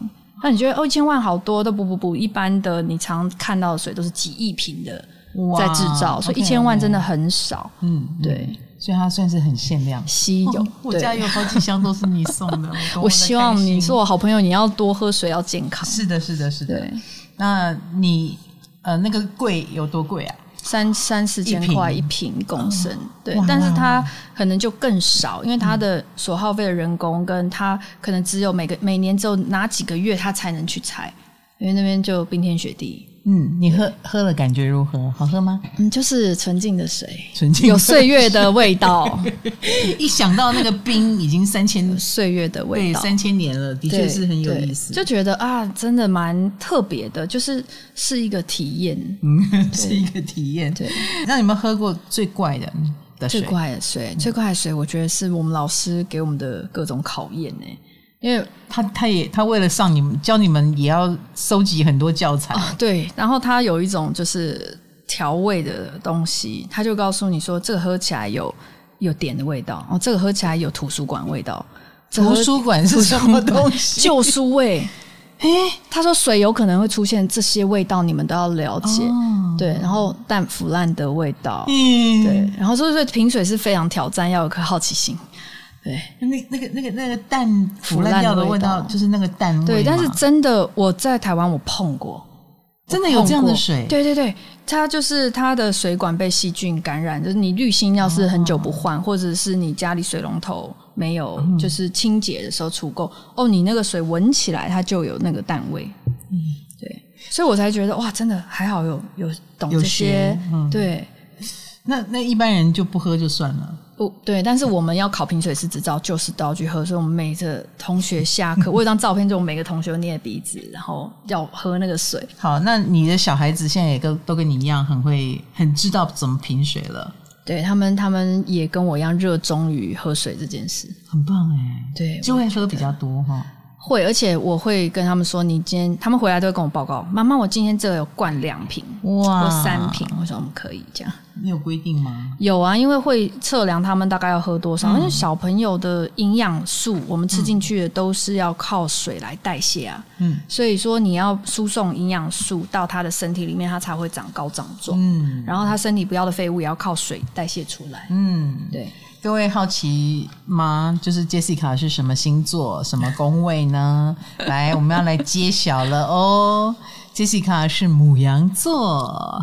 [SPEAKER 1] 那你觉得哦，一千万好多？都不不不，一般的你常看到的水都是几亿瓶的
[SPEAKER 2] 哇嗯
[SPEAKER 1] 在制造，所以一千万真的，很少，
[SPEAKER 2] OK，OK 嗯，
[SPEAKER 1] 对，
[SPEAKER 2] 嗯，所以它算是很限量。
[SPEAKER 1] 稀有。
[SPEAKER 2] 哦 我
[SPEAKER 1] 对
[SPEAKER 2] 家有好几箱都是你送 的，多么
[SPEAKER 1] 我
[SPEAKER 2] 的
[SPEAKER 1] 希望
[SPEAKER 2] 开心
[SPEAKER 1] 你是我好朋友，你要多喝水，要健康。
[SPEAKER 2] 是的，是的，是的
[SPEAKER 1] 对。，
[SPEAKER 2] 那你呃，那个贵有多贵啊？
[SPEAKER 1] 三三四千块
[SPEAKER 2] 一
[SPEAKER 1] 一瓶共生，对
[SPEAKER 2] 哇，嗯
[SPEAKER 1] 但是它可能就更少，因为它的所耗费的人工跟它可能只有每个每年只有哪几个月它才能去采，因为那边就冰天雪地，
[SPEAKER 2] 嗯，你喝喝了感觉如何？好喝吗？
[SPEAKER 1] 嗯，就是纯净的水，
[SPEAKER 2] 纯净
[SPEAKER 1] 有岁月的味道，
[SPEAKER 2] 一想到那个冰已经三千
[SPEAKER 1] 有岁月的味
[SPEAKER 2] 对
[SPEAKER 1] 道，
[SPEAKER 2] 三千年了，的确
[SPEAKER 1] 对
[SPEAKER 2] 是很有
[SPEAKER 1] 对
[SPEAKER 2] 意思。
[SPEAKER 1] 就觉得啊，真的蛮特别的，就是是一个体验，
[SPEAKER 2] 嗯，是一个体验。
[SPEAKER 1] 对，
[SPEAKER 2] 那你们喝过最怪的的
[SPEAKER 1] 最
[SPEAKER 2] 水？嗯
[SPEAKER 1] 快的水，最快的水，我觉得是我们老师给我们的各种考验呢、因为
[SPEAKER 2] 他他也他为了上你们教你们，也要收集很多教材。
[SPEAKER 1] 啊，对，然后它有一种就是调味的东西，它就告诉你说，这个喝起来有有点的味道，哦，这个喝起来有图书馆味道，这个
[SPEAKER 2] 图
[SPEAKER 1] 喝
[SPEAKER 2] 书馆是什么东西？
[SPEAKER 1] 旧书味。
[SPEAKER 2] 哎，
[SPEAKER 1] 他说水有可能会出现这些味道，你们都要了解。
[SPEAKER 2] 哦
[SPEAKER 1] 对，然后但腐烂的味道，
[SPEAKER 2] 嗯，
[SPEAKER 1] 嗯对，然后所以说品水是非常挑战，要有颗好奇心。对，
[SPEAKER 2] 那那个那个那个蛋腐烂
[SPEAKER 1] 烂
[SPEAKER 2] 掉的
[SPEAKER 1] 的味
[SPEAKER 2] 味道，
[SPEAKER 1] 道
[SPEAKER 2] 就是那个蛋味嘛。
[SPEAKER 1] 对，但是真的我在台湾我碰过，
[SPEAKER 2] 真的有这样
[SPEAKER 1] 碰
[SPEAKER 2] 的
[SPEAKER 1] 过
[SPEAKER 2] 水，
[SPEAKER 1] 对对对，它就是它的水管被细菌感染，就是你滤芯要是很久
[SPEAKER 2] 哦
[SPEAKER 1] 不换，或者是你家里水龙头没有
[SPEAKER 2] 嗯
[SPEAKER 1] 就是清洁的时候除垢，哦，你那个水闻起来它就有那个淡味。
[SPEAKER 2] 嗯
[SPEAKER 1] 对，所以我才觉得哇，真的还好有有懂
[SPEAKER 2] 有
[SPEAKER 1] 这
[SPEAKER 2] 学
[SPEAKER 1] 些，
[SPEAKER 2] 嗯
[SPEAKER 1] 对。
[SPEAKER 2] 那那一般人就不喝就算了。
[SPEAKER 1] 不对，但是我们要考品水师执照，就是都要去喝。所以我们每个同学下课，我有张照片，就我们每个同学捏鼻子，然后要喝那个水。
[SPEAKER 2] 好，那你的小孩子现在也跟都跟你一样，很会很知道怎么品水了，
[SPEAKER 1] 对他们，他们也跟我一样热衷于喝水这件事。
[SPEAKER 2] 很棒哎。
[SPEAKER 1] 对，
[SPEAKER 2] 就会喝比较多哈。
[SPEAKER 1] 会，而且我会跟他们说，你今天他们回来都会跟我报告，妈妈，我今天这个有灌两瓶
[SPEAKER 2] 哇
[SPEAKER 1] 或三瓶，我说我们可以这样。
[SPEAKER 2] 你有规定吗？
[SPEAKER 1] 有啊，因为会测量他们大概要喝多少，因
[SPEAKER 2] 嗯
[SPEAKER 1] 为小朋友的营养素，我们吃进去的都是要靠水来代谢啊，
[SPEAKER 2] 嗯
[SPEAKER 1] 所以说你要输送营养素到他的身体里面，他才会长高长壮，
[SPEAKER 2] 嗯
[SPEAKER 1] 然后他身体不要的废物也要靠水代谢出来。
[SPEAKER 2] 嗯，
[SPEAKER 1] 对，
[SPEAKER 2] 各位好奇吗？就是 Jessica 是什么星座、什么宫 位呢？来，我们要来揭晓了哦。Jessica 是母羊座，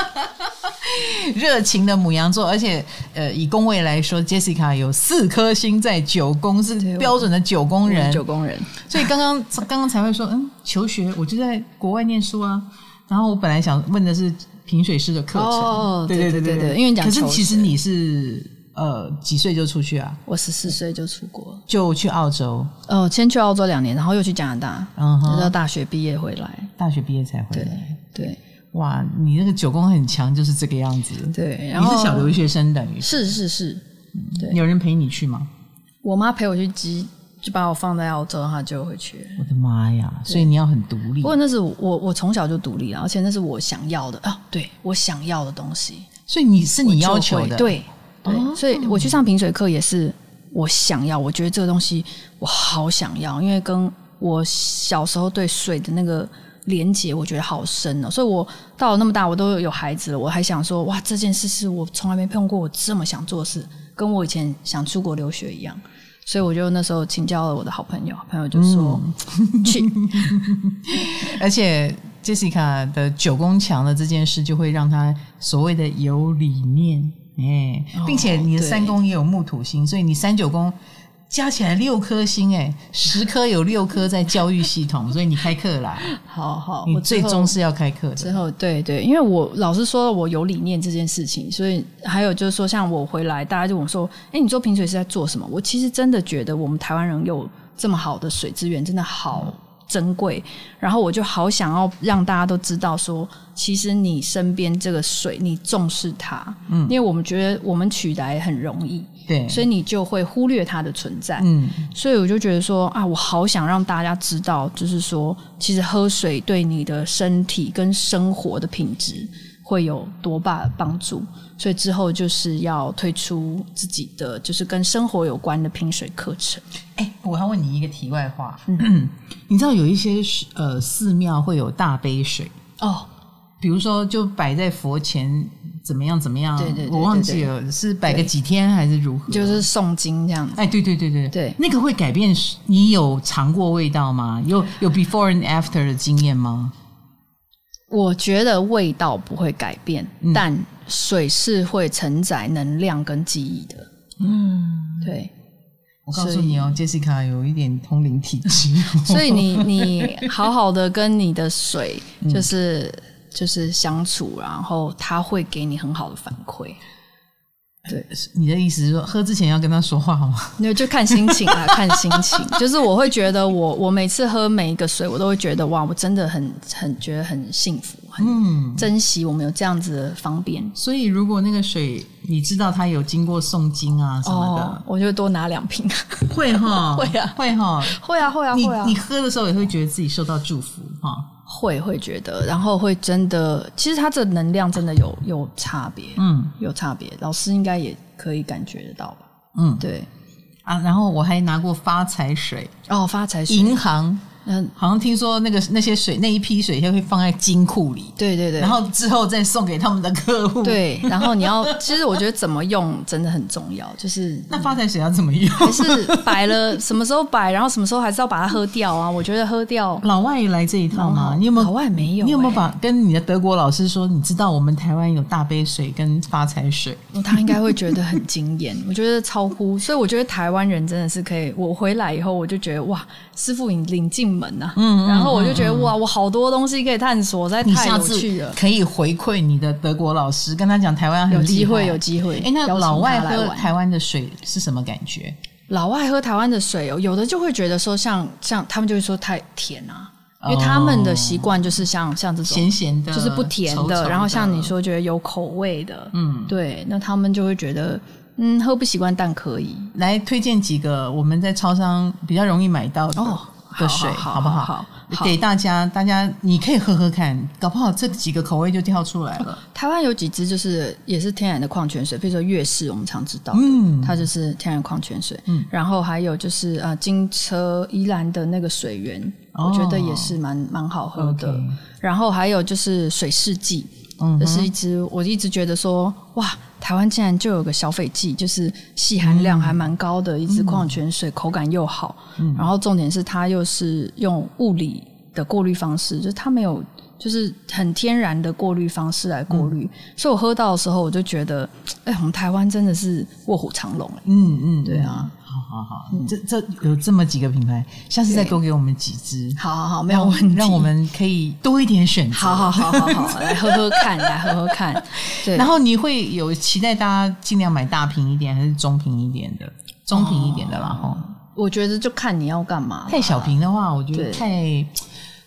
[SPEAKER 2] 热情的母羊座，而且呃，以宫位来说，Jessica 有四颗星在九宫，是
[SPEAKER 1] 对我
[SPEAKER 2] 标准的九宫人。
[SPEAKER 1] 九宫人，
[SPEAKER 2] 所以刚刚刚刚才会说，嗯，求学我就在国外念书啊。然后我本来想问的是品水师的课程，
[SPEAKER 1] 哦
[SPEAKER 2] 对
[SPEAKER 1] 对
[SPEAKER 2] 对
[SPEAKER 1] 对对因为你讲
[SPEAKER 2] 可是
[SPEAKER 1] 求
[SPEAKER 2] 其实
[SPEAKER 1] 学
[SPEAKER 2] 你是呃几岁就出去啊？
[SPEAKER 1] 我十四岁就出国了。
[SPEAKER 2] 就去澳洲，
[SPEAKER 1] 哦，先去澳洲两年，然后又去加拿大，
[SPEAKER 2] 嗯
[SPEAKER 1] 直到
[SPEAKER 2] 哼，
[SPEAKER 1] 大学毕业回来。
[SPEAKER 2] 大学毕业才回来。
[SPEAKER 1] 对
[SPEAKER 2] 哇，你那个九宫很强，就是这个样子。
[SPEAKER 1] 对，然
[SPEAKER 2] 你
[SPEAKER 1] 后
[SPEAKER 2] 是小留学生等于是，
[SPEAKER 1] 是是是，对
[SPEAKER 2] 有人陪你去吗？
[SPEAKER 1] 我妈陪我去机，就把我放在澳洲，然后她就回去了。
[SPEAKER 2] 我的妈呀！所以你要很独立
[SPEAKER 1] 不，过那是我我从小就独立了，而且那是我想要的啊，对我想要的东西，
[SPEAKER 2] 所以你是你要
[SPEAKER 1] 就
[SPEAKER 2] 求
[SPEAKER 1] 会
[SPEAKER 2] 的，，
[SPEAKER 1] 对对、
[SPEAKER 2] 哦
[SPEAKER 1] 所以我去上品水课也是我想要，我觉得这个东西我好想要，因为跟我小时候对水的那个连接，我觉得好深哦、所以我到了那么大，我都有孩子了，我还想说，哇，这件事是我从来没碰过，我这么想做的事，跟我以前想出国留学一样。所以我就那时候请教了我的好朋友，好朋友就说、
[SPEAKER 2] 嗯
[SPEAKER 1] 去
[SPEAKER 2] 而且 Jessica 的九宫墙的这件事，就会让她所谓的有理念，哎、
[SPEAKER 1] 哦
[SPEAKER 2] 并且你的
[SPEAKER 1] 对
[SPEAKER 2] 三宫也有木土星，所以你三九宫加起来六颗星、哎，十颗有六颗在教育系统，所以你开课啦，
[SPEAKER 1] 好好，
[SPEAKER 2] 你
[SPEAKER 1] 哦我
[SPEAKER 2] 最
[SPEAKER 1] 之后
[SPEAKER 2] 终是要开课
[SPEAKER 1] 之
[SPEAKER 2] 的。
[SPEAKER 1] 后，对对，因为我老师说我有理念这件事情，所以还有就是说，像我回来，大家就问我说：“哎，你做平水是在做什么？”我其实真的觉得我们台湾人有这么好的水资源，真的好珍贵。然后我就好想要让大家都知道说，其实你身边这个水，你重视它，嗯，因为我们觉得我们取来很容易，
[SPEAKER 2] 对，
[SPEAKER 1] 所以你就会忽略它的存在。
[SPEAKER 2] 嗯，
[SPEAKER 1] 所以我就觉得说啊，我好想让大家知道，就是说，其实喝水对你的身体跟生活的品质会有多大的帮助。所以之后就是要推出自己的，就是跟生活有关的品水课程。
[SPEAKER 2] 哎、我要问你一个题外话，嗯 你知道有一些呃寺庙会有大杯水，
[SPEAKER 1] 哦，
[SPEAKER 2] 比如说就摆在佛前。怎么样？怎么样？
[SPEAKER 1] 对对对
[SPEAKER 2] 我忘
[SPEAKER 1] 对
[SPEAKER 2] 记
[SPEAKER 1] 对
[SPEAKER 2] 了，是摆个
[SPEAKER 1] 对
[SPEAKER 2] 几天还是如何？
[SPEAKER 1] 就是诵经这样子。
[SPEAKER 2] 哎，对对对对
[SPEAKER 1] 对
[SPEAKER 2] 那个会改变是。你有尝过味道吗？有有 before and after 的经验吗？
[SPEAKER 1] 我觉得味道不会改变，但水是会承载能量跟记忆的。
[SPEAKER 2] 嗯，
[SPEAKER 1] 对，
[SPEAKER 2] 我告诉你哦，Jessica 有一点通灵体质，
[SPEAKER 1] 所以你你好好的跟你的水就是、就是相处，然后它会给你很好的反馈。
[SPEAKER 2] 你的意思是说，喝之前要跟他说话好吗？
[SPEAKER 1] 那就看心情 啊，看心情。就是我会觉得我，我每次喝每一个水，我都会觉得哇，我真的很很觉得很幸福，很
[SPEAKER 2] 嗯，
[SPEAKER 1] 珍惜我们有这样子的方便。
[SPEAKER 2] 所以如果那个水你知道它有经过诵经啊什么
[SPEAKER 1] 哦
[SPEAKER 2] 的，，
[SPEAKER 1] 我就多拿两瓶。
[SPEAKER 2] 会 哈，
[SPEAKER 1] 会啊
[SPEAKER 2] 会哈。
[SPEAKER 1] 会啊，会啊，
[SPEAKER 2] 你
[SPEAKER 1] 会啊
[SPEAKER 2] 你，喝的时候也会觉得自己受到祝福哈，
[SPEAKER 1] 会会觉得，然后会真的，其实它这能量真的有有差别，
[SPEAKER 2] 嗯
[SPEAKER 1] 有差别。老师应该也可以感觉得到吧？
[SPEAKER 2] 嗯
[SPEAKER 1] 对，
[SPEAKER 2] 啊，然后我还拿过发财水，
[SPEAKER 1] 哦，发财水，
[SPEAKER 2] 银行
[SPEAKER 1] 嗯，
[SPEAKER 2] 好像听说那个那些水那一批水会放在金库里，
[SPEAKER 1] 对对对，
[SPEAKER 2] 然后之后再送给他们的客户。，
[SPEAKER 1] 对，然后你要， 其实我觉得怎么用真的很重要，就是
[SPEAKER 2] 那发财水要怎么用？
[SPEAKER 1] 还是摆了什么时候摆，然后什么时候还是要把它喝掉啊？我觉得喝掉，
[SPEAKER 2] 老外也来这一套
[SPEAKER 1] 老
[SPEAKER 2] 吗？
[SPEAKER 1] 外
[SPEAKER 2] 嗯啊你有没有？
[SPEAKER 1] 老外没有
[SPEAKER 2] 你有没有
[SPEAKER 1] 欸
[SPEAKER 2] 把跟你的德国老师说？你知道我们台湾有大杯水跟发财水，
[SPEAKER 1] 哦他应该会觉得很惊艳。 我觉得超乎，所以我觉得台湾人真的是可以。我回来以后，我就觉得哇，师傅引领进门呐、啊，
[SPEAKER 2] 嗯嗯
[SPEAKER 1] 然后我就觉得哇，我好多东西可以探索，实在
[SPEAKER 2] 你
[SPEAKER 1] 太
[SPEAKER 2] 下
[SPEAKER 1] 有
[SPEAKER 2] 次
[SPEAKER 1] 趣了。
[SPEAKER 2] 可以回馈你的德国老师，跟他讲台湾很
[SPEAKER 1] 有
[SPEAKER 2] 厉害
[SPEAKER 1] 机会，有。机会。
[SPEAKER 2] 哎、那
[SPEAKER 1] 邀请
[SPEAKER 2] 老外
[SPEAKER 1] 他来
[SPEAKER 2] 喝
[SPEAKER 1] 玩
[SPEAKER 2] 台湾的水是什么感觉？
[SPEAKER 1] 老外喝台湾的水哦，有的就会觉得说像像他们就会说太甜啊，因为
[SPEAKER 2] 哦
[SPEAKER 1] 他们的习惯就是像像这种
[SPEAKER 2] 咸咸的，
[SPEAKER 1] 就是不甜
[SPEAKER 2] 稠稠
[SPEAKER 1] 的，然后像你，说觉得有口味的，
[SPEAKER 2] 嗯，
[SPEAKER 1] 对，那他们就会觉得嗯喝不习惯但可以
[SPEAKER 2] 来推荐几个我们在超商比较容易买到的
[SPEAKER 1] 哦
[SPEAKER 2] 的水，
[SPEAKER 1] 好
[SPEAKER 2] 不
[SPEAKER 1] 好
[SPEAKER 2] 好？
[SPEAKER 1] 好好
[SPEAKER 2] 给大家，大家你可以喝喝看，搞不好这几个口味就跳出来 了。
[SPEAKER 1] 台湾有几支就是也是天然的矿泉水，比如说月氏，我们常知道的，
[SPEAKER 2] 嗯
[SPEAKER 1] 它就是天然矿泉水。
[SPEAKER 2] 嗯
[SPEAKER 1] 然后还有就是啊，呃金车宜兰的那个水源，
[SPEAKER 2] 哦
[SPEAKER 1] 我觉得也是蛮蛮好喝的。
[SPEAKER 2] OK
[SPEAKER 1] 然后还有就是水世纪，
[SPEAKER 2] 嗯
[SPEAKER 1] 这是一支我一直觉得说哇，台湾竟然就有个消费剂，就是细含量还蛮高的一支矿泉水，口感又好，
[SPEAKER 2] 嗯
[SPEAKER 1] 然后重点是它又是用物理的过滤方式，就是它没有。就是很天然的过滤方式来过
[SPEAKER 2] 嗯
[SPEAKER 1] 滤，所以我喝到的时候，我就觉得，哎、我们台湾真的是卧虎藏龙、哎
[SPEAKER 2] 嗯嗯，
[SPEAKER 1] 对啊，
[SPEAKER 2] 好好好，这这有这么几个品牌，下次再
[SPEAKER 1] 对
[SPEAKER 2] 多给我们几支，
[SPEAKER 1] 好好好，没
[SPEAKER 2] 让
[SPEAKER 1] 有问题，
[SPEAKER 2] 让我们可以多一点选择。
[SPEAKER 1] 好好好好好，来喝喝看，来喝喝 看。对，
[SPEAKER 2] 然后你会有期待大家尽量买大瓶一点，还是中瓶一点的？中瓶一点的啦，
[SPEAKER 1] 哦
[SPEAKER 2] 吼、
[SPEAKER 1] 我觉得就看你要干嘛。
[SPEAKER 2] 太小瓶的话，我觉得
[SPEAKER 1] 对
[SPEAKER 2] 太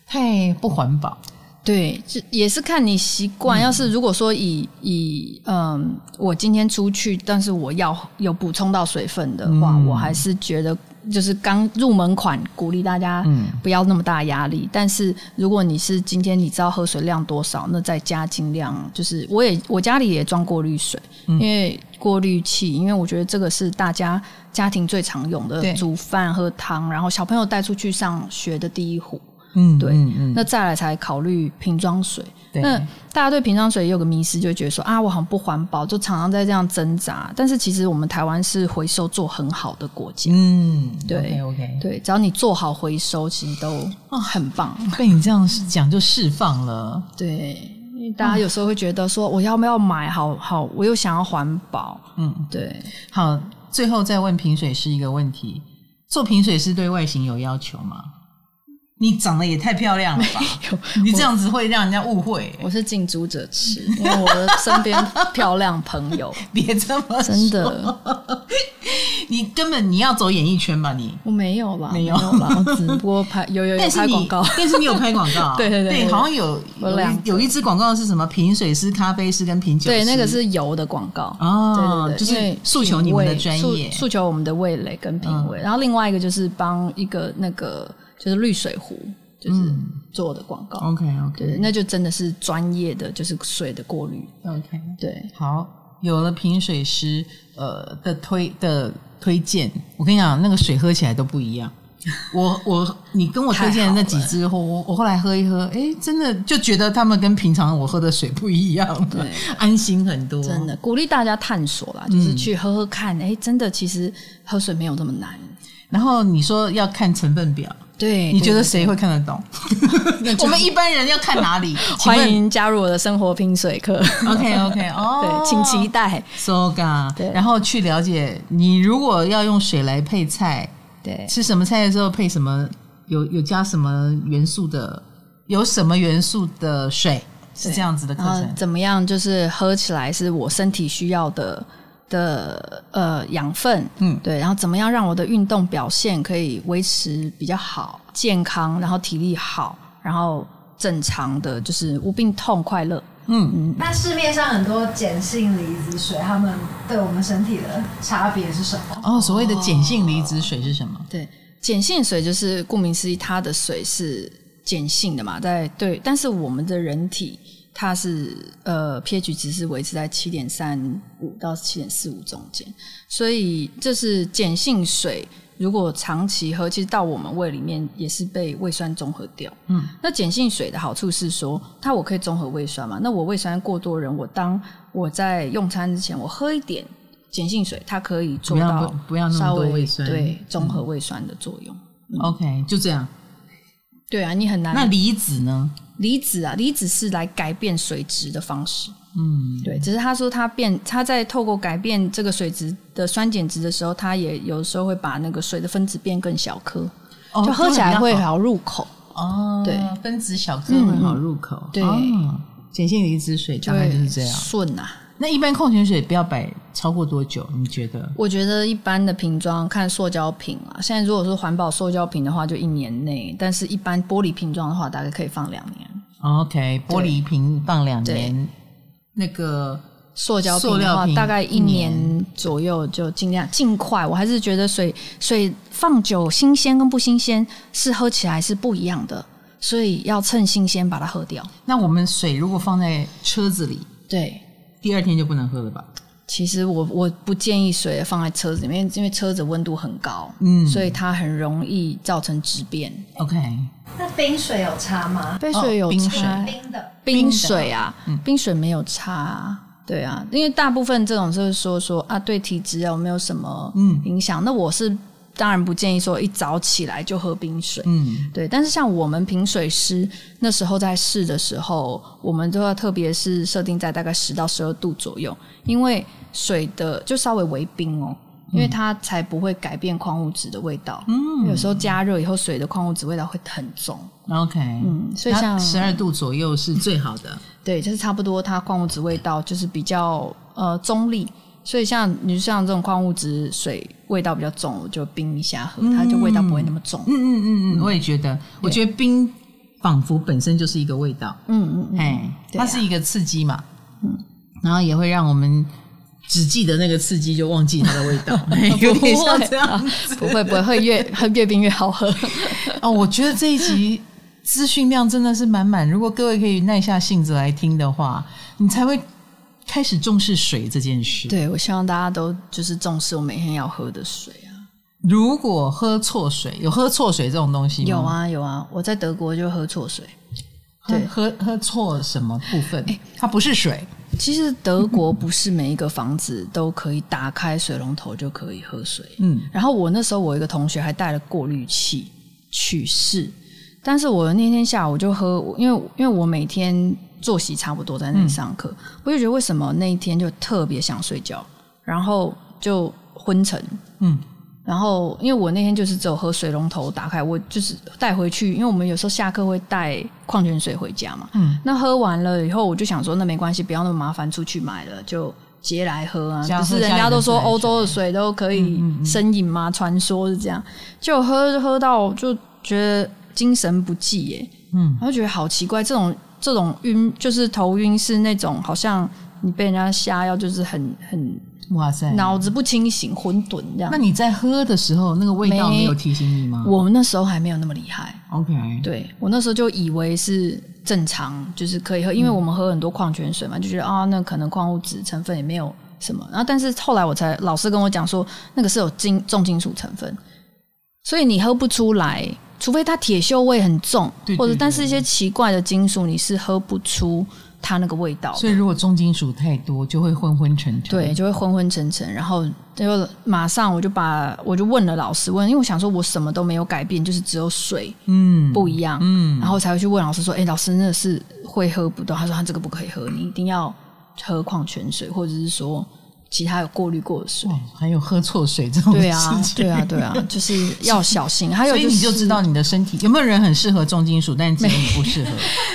[SPEAKER 2] 太不环保。
[SPEAKER 1] 对，这也是看你习
[SPEAKER 2] 嗯
[SPEAKER 1] 惯。要是如果说以以嗯，我今天出去，但是我要有补充到水分的话，
[SPEAKER 2] 嗯
[SPEAKER 1] 我还是觉得就是刚入门款，鼓励大家
[SPEAKER 2] 嗯
[SPEAKER 1] 不要那么大压力。但是如果你是今天你知道喝水量多少，那再加尽量就是我也我家里也装过滤水，
[SPEAKER 2] 嗯
[SPEAKER 1] 因为过滤器，因为我觉得这个是大家家庭最常用
[SPEAKER 2] 对
[SPEAKER 1] 的，煮饭、喝汤，然后小朋友带出去上学的第一壶。
[SPEAKER 2] 嗯，
[SPEAKER 1] 对
[SPEAKER 2] 嗯嗯
[SPEAKER 1] 那再来才考虑瓶装水。
[SPEAKER 2] 对
[SPEAKER 1] 那大家对瓶装水也有个迷思，就会觉得说啊，我好像不环保，就常常在这样挣扎。但是其实我们台湾是回收做很好的国家，
[SPEAKER 2] 嗯，
[SPEAKER 1] 对
[SPEAKER 2] o k OK，
[SPEAKER 1] 对，只要你做好回收，其实都啊很棒。
[SPEAKER 2] 被你这样讲就释放了。
[SPEAKER 1] 对，因为大家有时候会觉得说，我要不要买？好好，我又想要环保。
[SPEAKER 2] 嗯，
[SPEAKER 1] 对，
[SPEAKER 2] 好，最后再问评水师一个问题：做评水师对外形有要求吗？你长得也太漂亮了 吧！你这样子会让人家误会、欸
[SPEAKER 1] 我是近朱者 赤，因为我的身边漂亮朋友
[SPEAKER 2] 别这么说
[SPEAKER 1] 真，的
[SPEAKER 2] 你根本你要走演艺圈吧你？
[SPEAKER 1] 我没有啦，
[SPEAKER 2] 没有
[SPEAKER 1] 啦，我只不过拍有有有
[SPEAKER 2] 但是
[SPEAKER 1] 拍
[SPEAKER 2] 你
[SPEAKER 1] 广告。
[SPEAKER 2] 但是你有拍广告，啊
[SPEAKER 1] 对对对
[SPEAKER 2] 对，
[SPEAKER 1] 对
[SPEAKER 2] 好像有
[SPEAKER 1] 我
[SPEAKER 2] 有
[SPEAKER 1] 两
[SPEAKER 2] 一
[SPEAKER 1] 个
[SPEAKER 2] 有一支广告是什么？品水师、咖啡师跟品酒师，
[SPEAKER 1] 对，那个是油的广告。
[SPEAKER 2] 哦，
[SPEAKER 1] 对对对，因
[SPEAKER 2] 就是
[SPEAKER 1] 为
[SPEAKER 2] 诉求你们的专
[SPEAKER 1] 品味
[SPEAKER 2] 业嗯
[SPEAKER 1] 诉，诉求我们的味蕾跟品味。然后另外一个就是帮一个那个就是绿水壶，就是
[SPEAKER 2] 嗯
[SPEAKER 1] 做的广告。
[SPEAKER 2] ，OK OK
[SPEAKER 1] 对，那就真的是专业的，就是水的过滤。
[SPEAKER 2] OK，
[SPEAKER 1] 对，
[SPEAKER 2] 好，有了品水师呃的推的推荐，我跟你讲，那个水喝起来都不 一样。我我你跟我推荐的那几支，我我我后来喝一喝，哎，真的就觉得他们跟平常我喝的水不一样了，
[SPEAKER 1] 对
[SPEAKER 2] 安心很多，
[SPEAKER 1] 真的鼓励大家探索
[SPEAKER 2] 嗯
[SPEAKER 1] 啦，就是去喝喝看。哎，真的，其实喝水没有这么难。
[SPEAKER 2] 然后你说要看成分表，
[SPEAKER 1] 对，
[SPEAKER 2] 你觉得
[SPEAKER 1] 对
[SPEAKER 2] 谁会看得懂？ 我们一般人要看 哪里？请问
[SPEAKER 1] 欢迎加入我的生活拼水课？
[SPEAKER 2] OK OK 哦，
[SPEAKER 1] 对，请期待。
[SPEAKER 2] So ga，
[SPEAKER 1] 对
[SPEAKER 2] 然后去了解你如果要用水来配菜，
[SPEAKER 1] 对，
[SPEAKER 2] 吃什么菜的时候配什么，有有加什么元素的，有什么元素的水，是这样子的课
[SPEAKER 1] 然后
[SPEAKER 2] 程。
[SPEAKER 1] 怎么样？就是喝起来是我身体需要的的呃养分，
[SPEAKER 2] 嗯
[SPEAKER 1] 对。然后怎么样让我的运动表现可以维持比较好、健康，然后体力好，然后正常的就是无病痛、快乐。
[SPEAKER 2] 嗯，
[SPEAKER 3] 那市面上很多碱性离子水，它们对我们身体的差别是什么？
[SPEAKER 2] 哦，所谓的碱性离子水是什么？
[SPEAKER 1] 对，碱性水就是顾名思义，它的水是碱性的嘛，在对，但是我们的人体它是呃 pH 值是维持在七点三五到七点四五中间，所以这是碱性水。如果长期喝，其实到我们胃里面也是被胃酸中和掉。
[SPEAKER 2] 嗯，
[SPEAKER 1] 那碱性水的好处是说，它我可以中和胃酸嘛。那我胃酸过多的人，我当我在用餐之前，我喝一点碱性水，它可以
[SPEAKER 2] 不
[SPEAKER 1] 做
[SPEAKER 2] 要
[SPEAKER 1] 到
[SPEAKER 2] 不不要那
[SPEAKER 1] 稍
[SPEAKER 2] 么多
[SPEAKER 1] 微
[SPEAKER 2] 胃酸。
[SPEAKER 1] 对综合胃酸的作用。
[SPEAKER 2] ，OK，就这样。
[SPEAKER 1] 对啊，你很难。
[SPEAKER 2] 那离子呢？
[SPEAKER 1] 离子啊，离子是来改变水质的方式。
[SPEAKER 2] 嗯，
[SPEAKER 1] 对，只是他说他变，他在透过改变这个水质的酸碱值的时候，他也有时候会把那个水的分子变更小颗，
[SPEAKER 2] 哦
[SPEAKER 1] 就喝起来会
[SPEAKER 2] 这样比较
[SPEAKER 1] 好入口。
[SPEAKER 2] 好哦，
[SPEAKER 1] 对，嗯
[SPEAKER 2] 分子小颗很好入口。
[SPEAKER 1] 对
[SPEAKER 2] 哦碱性离子水大概就是这样。
[SPEAKER 1] 顺啊。
[SPEAKER 2] 那一般矿泉水不要摆超过多久？你觉得？
[SPEAKER 1] 我觉得一般的瓶装看塑胶瓶啊，现在如果是环保塑胶瓶的话，就一年内；但是一般玻璃瓶装的话，大概可以放两年。
[SPEAKER 2] OK，玻璃瓶放两
[SPEAKER 1] 对
[SPEAKER 2] 年，那个
[SPEAKER 1] 塑胶
[SPEAKER 2] 塑
[SPEAKER 1] 瓶
[SPEAKER 2] 料
[SPEAKER 1] 的话
[SPEAKER 2] 瓶，
[SPEAKER 1] 大概
[SPEAKER 2] 一
[SPEAKER 1] 一
[SPEAKER 2] 年
[SPEAKER 1] 年左右就尽量尽快。我还是觉得水水放久新鲜跟不新鲜是喝起来是不一样的，所以要趁新鲜把它喝掉。
[SPEAKER 2] 那我们水如果放在车子里，
[SPEAKER 1] 对，
[SPEAKER 2] 第二天就不能喝了吧？
[SPEAKER 1] 其实我我不建议水放在车子里面，因为车子温度很高，
[SPEAKER 2] 嗯
[SPEAKER 1] 所以它很容易造成质变。
[SPEAKER 2] OK，
[SPEAKER 3] 那冰水有差吗？
[SPEAKER 1] 杯
[SPEAKER 2] 水有差
[SPEAKER 3] 冰的
[SPEAKER 1] 冰水啊，冰水没有差啊、对啊，因为大部分这种就是说说啊，对体质有没有什么
[SPEAKER 2] 嗯
[SPEAKER 1] 影响？那我是当然不建议说一早起来就喝冰水，
[SPEAKER 2] 嗯，
[SPEAKER 1] 对。但是像我们评水师那时候在试的时候，我们都要特别是设定在大概十到十二度左右，因为水的就稍微为冰哦。因为它才不会改变矿物质的味道，嗯，有时候加热以后水的矿物质味道会很重，
[SPEAKER 2] OK，嗯
[SPEAKER 1] 所以像
[SPEAKER 2] 十二度左右是最好的。
[SPEAKER 1] 对，就是差不多，它矿物质味道就是比较呃中立，所以像你像这种矿物质水味道比较重，我就冰一下喝，它就味道不会那么重。
[SPEAKER 2] 嗯嗯嗯嗯，我也觉得，我觉得冰仿佛本身就是一个味道，
[SPEAKER 1] 嗯嗯
[SPEAKER 2] 哎、
[SPEAKER 1] 对
[SPEAKER 2] 它
[SPEAKER 1] 啊
[SPEAKER 2] 是一个刺激嘛，嗯，然后也会让我们只记得那个刺激，就忘记它的味 道，哎有
[SPEAKER 1] 啊
[SPEAKER 2] 点像这样
[SPEAKER 1] 嗯，不会不会，会越喝越冰越好喝。
[SPEAKER 2] 哦，我觉得这一集资讯量真的是满满。如果各位可以耐下性子来听的话，你才会开始重视水这件事。，
[SPEAKER 1] 对，我希望大家都就是重视我每天要喝的水啊。
[SPEAKER 2] 如果喝错水，有喝错水这种东西吗？
[SPEAKER 1] 有，啊有啊，我在德国就喝错水。
[SPEAKER 2] 喝
[SPEAKER 1] 对哎
[SPEAKER 2] 喝喝错什么部分？它不是水。
[SPEAKER 1] 其实德国不是每一个房子都可以打开水龙头就可以喝水，
[SPEAKER 2] 嗯，
[SPEAKER 1] 然后我那时候我有一个同学还带了过滤器去试，但是我那天下午就喝，因为因为我每天作息差不多在那里上课，我就觉得为什么那一天就特别想睡觉，然后就昏沉，
[SPEAKER 2] 嗯，
[SPEAKER 1] 然后因为我那天就是只有喝水龙头打开，我就是带回去，因为我们有时候下课会带矿泉水回家嘛，
[SPEAKER 2] 嗯，
[SPEAKER 1] 那喝完了以后我就想说那没关系，不要那么麻烦，出去买了就。接来喝啊，
[SPEAKER 2] 这样
[SPEAKER 1] 不是
[SPEAKER 2] 喝下
[SPEAKER 1] 人
[SPEAKER 2] 一
[SPEAKER 1] 家
[SPEAKER 2] 个
[SPEAKER 1] 都说
[SPEAKER 2] 自来
[SPEAKER 1] 欧洲的水
[SPEAKER 2] 水嗯
[SPEAKER 1] 都可以生饮嘛，传说是这样。就喝喝到就觉得精神不济耶，
[SPEAKER 2] 嗯
[SPEAKER 1] 然后觉得好奇怪，这种这种晕就是头晕是那种好像你被人家下药，就是很很
[SPEAKER 2] 哇塞，
[SPEAKER 1] 脑子不清醒、混沌这样
[SPEAKER 2] 那。你在喝的时候，那个味道
[SPEAKER 1] 没
[SPEAKER 2] 没有提醒你吗？
[SPEAKER 1] 我们那时候还没有那么厉害，
[SPEAKER 2] OK，
[SPEAKER 1] 对我那时候就以为是正常，就是可以喝，因为我们喝很多矿泉水嘛，就觉得啊，那可能矿物质成分也没有什么。然后，但是后来我才老师跟我讲说，那个是有金重金属成分，所以你喝不出来，除非它铁锈味很重，
[SPEAKER 2] 对对
[SPEAKER 1] 或者
[SPEAKER 2] 对
[SPEAKER 1] 但是一些奇怪的金属你是喝不出它那个味道。
[SPEAKER 2] 所以如果重金属太多，就会昏昏沉沉。
[SPEAKER 1] 对，，就会昏昏沉沉，然后就马上我就把我就问了老师问，因为我想说我什么都没有改变，就是只有水
[SPEAKER 2] 嗯，
[SPEAKER 1] 不一样，
[SPEAKER 2] 嗯，
[SPEAKER 1] 然后才会去问老师说，哎、老师那是会喝不到，他说他这个不可以喝，你一定要喝矿泉水，或者是说其他有过滤过的水。
[SPEAKER 2] 哇，还有喝错水哦这种
[SPEAKER 1] 对
[SPEAKER 2] 事
[SPEAKER 1] 啊，
[SPEAKER 2] 情
[SPEAKER 1] 对啊，对啊，就是要小心。还有、
[SPEAKER 2] 所以
[SPEAKER 1] 是，
[SPEAKER 2] 你就知道你的身体有没有人很适合重金属，但是只有你 不适合。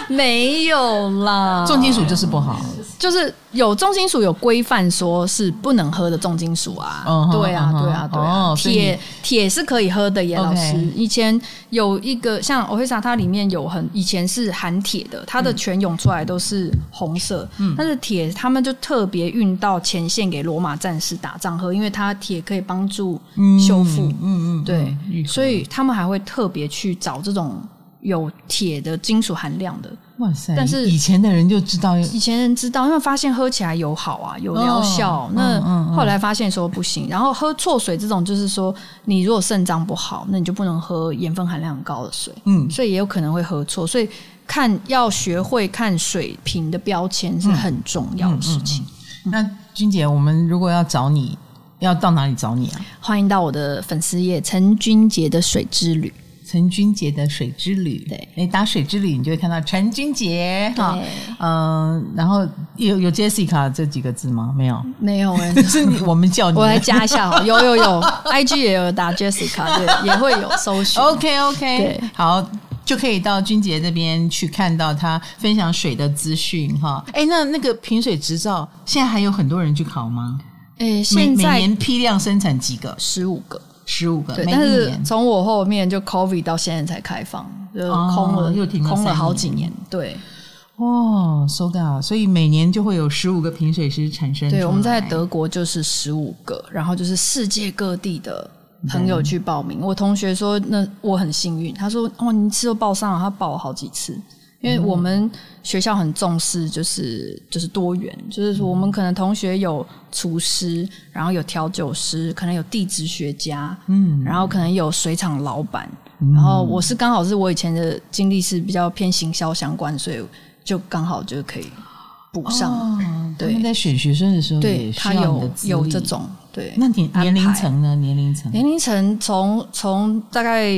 [SPEAKER 1] 没有啦，
[SPEAKER 2] 重金属就是不
[SPEAKER 1] 啊
[SPEAKER 2] 好，
[SPEAKER 1] 就是有重金属有规范，说是不能喝的重金属啊。
[SPEAKER 2] 嗯哼
[SPEAKER 1] 对啊，
[SPEAKER 2] 嗯哼
[SPEAKER 1] 对啊，对
[SPEAKER 2] 哦
[SPEAKER 1] 啊。
[SPEAKER 2] 所以你
[SPEAKER 1] 铁铁是可以喝的耶，
[SPEAKER 2] OK
[SPEAKER 1] 老师。以前有一个像欧菲莎，它里面有很以前是含铁的，它的泉涌出来都是红色。
[SPEAKER 2] 嗯
[SPEAKER 1] 但是铁他们就特别运到前线给罗马战士打仗喝，因为它铁可以帮助修复。
[SPEAKER 2] 嗯嗯嗯，
[SPEAKER 1] 对
[SPEAKER 2] 嗯愈合
[SPEAKER 1] 所以他们还会特别去找这种有铁的金属含量的。
[SPEAKER 2] 哇塞，
[SPEAKER 1] 但是
[SPEAKER 2] 以前的人就知道
[SPEAKER 1] 以前人知道，因为发现喝起来有好啊，有疗效。
[SPEAKER 2] 哦嗯嗯
[SPEAKER 1] 那
[SPEAKER 2] 嗯
[SPEAKER 1] 后来发现说不行，然后喝错水这种，就是说你如果肾脏不好，那你就不能喝盐分含量很高的水，
[SPEAKER 2] 嗯
[SPEAKER 1] 所以也有可能会喝错。所以看要学会看水瓶的标签
[SPEAKER 2] 嗯
[SPEAKER 1] 是很重要的事情。
[SPEAKER 2] 那君姐，我们如果要找你，要到哪里找你啊？
[SPEAKER 1] 欢迎到我的粉丝页陈君杰的水之旅。
[SPEAKER 2] 陈君杰的水之旅，
[SPEAKER 1] 对
[SPEAKER 2] 你打水之旅，你就会看到陈君杰哈
[SPEAKER 1] 对，
[SPEAKER 2] 嗯、然后有有 Jessica 这几个字吗？没有，
[SPEAKER 1] 没有哎、
[SPEAKER 2] 是你我们叫你的。
[SPEAKER 1] 我来加一下好了，有有 有，IG 也有打 Jessica，对，也会有搜寻。
[SPEAKER 2] OK OK，
[SPEAKER 1] 对
[SPEAKER 2] 好，就可以到君杰这边去看到他分享水的资讯哈。哎，那那个品水执照现在还有很多人去考吗？
[SPEAKER 1] 诶、
[SPEAKER 2] 每
[SPEAKER 1] 现
[SPEAKER 2] 每
[SPEAKER 1] 在
[SPEAKER 2] 年批量生产几个？
[SPEAKER 1] 十五个。
[SPEAKER 2] 十五个，
[SPEAKER 1] 对，
[SPEAKER 2] 呃每一
[SPEAKER 1] 但是
[SPEAKER 2] 年。
[SPEAKER 1] 从我后面就 COVID 到现在才开放，就
[SPEAKER 2] 哦
[SPEAKER 1] 空了，
[SPEAKER 2] 又停了
[SPEAKER 1] 空了
[SPEAKER 2] 三
[SPEAKER 1] 好几
[SPEAKER 2] 年
[SPEAKER 1] 年。对，
[SPEAKER 2] 哦，so god，所以每年就会有十五个品水师产生出来。
[SPEAKER 1] 对，我们在德国就是十五个，然后就是世界各地的朋友去报
[SPEAKER 2] 嗯
[SPEAKER 1] 名。我同学说，那我很幸运，他说哦，你一次就报上了，他报了好几次。因为
[SPEAKER 2] 嗯
[SPEAKER 1] 我们学校很重视，就是就是多元，就是说我们可能同学有厨师，然后有调酒师，可能有地质学家，
[SPEAKER 2] 嗯
[SPEAKER 1] 然后可能有水厂老板，然后我是刚好是我以前的经历是比较偏行销相关，所以就刚好就可以补上。
[SPEAKER 2] 哦，
[SPEAKER 1] 对
[SPEAKER 2] 他们在选学生的时候
[SPEAKER 1] 对
[SPEAKER 2] 也需
[SPEAKER 1] 他
[SPEAKER 2] 要你的
[SPEAKER 1] 有
[SPEAKER 2] 资历
[SPEAKER 1] 有这。种对
[SPEAKER 2] 那年
[SPEAKER 1] 安排
[SPEAKER 2] 年龄层呢？年龄层
[SPEAKER 1] 年龄层从从大概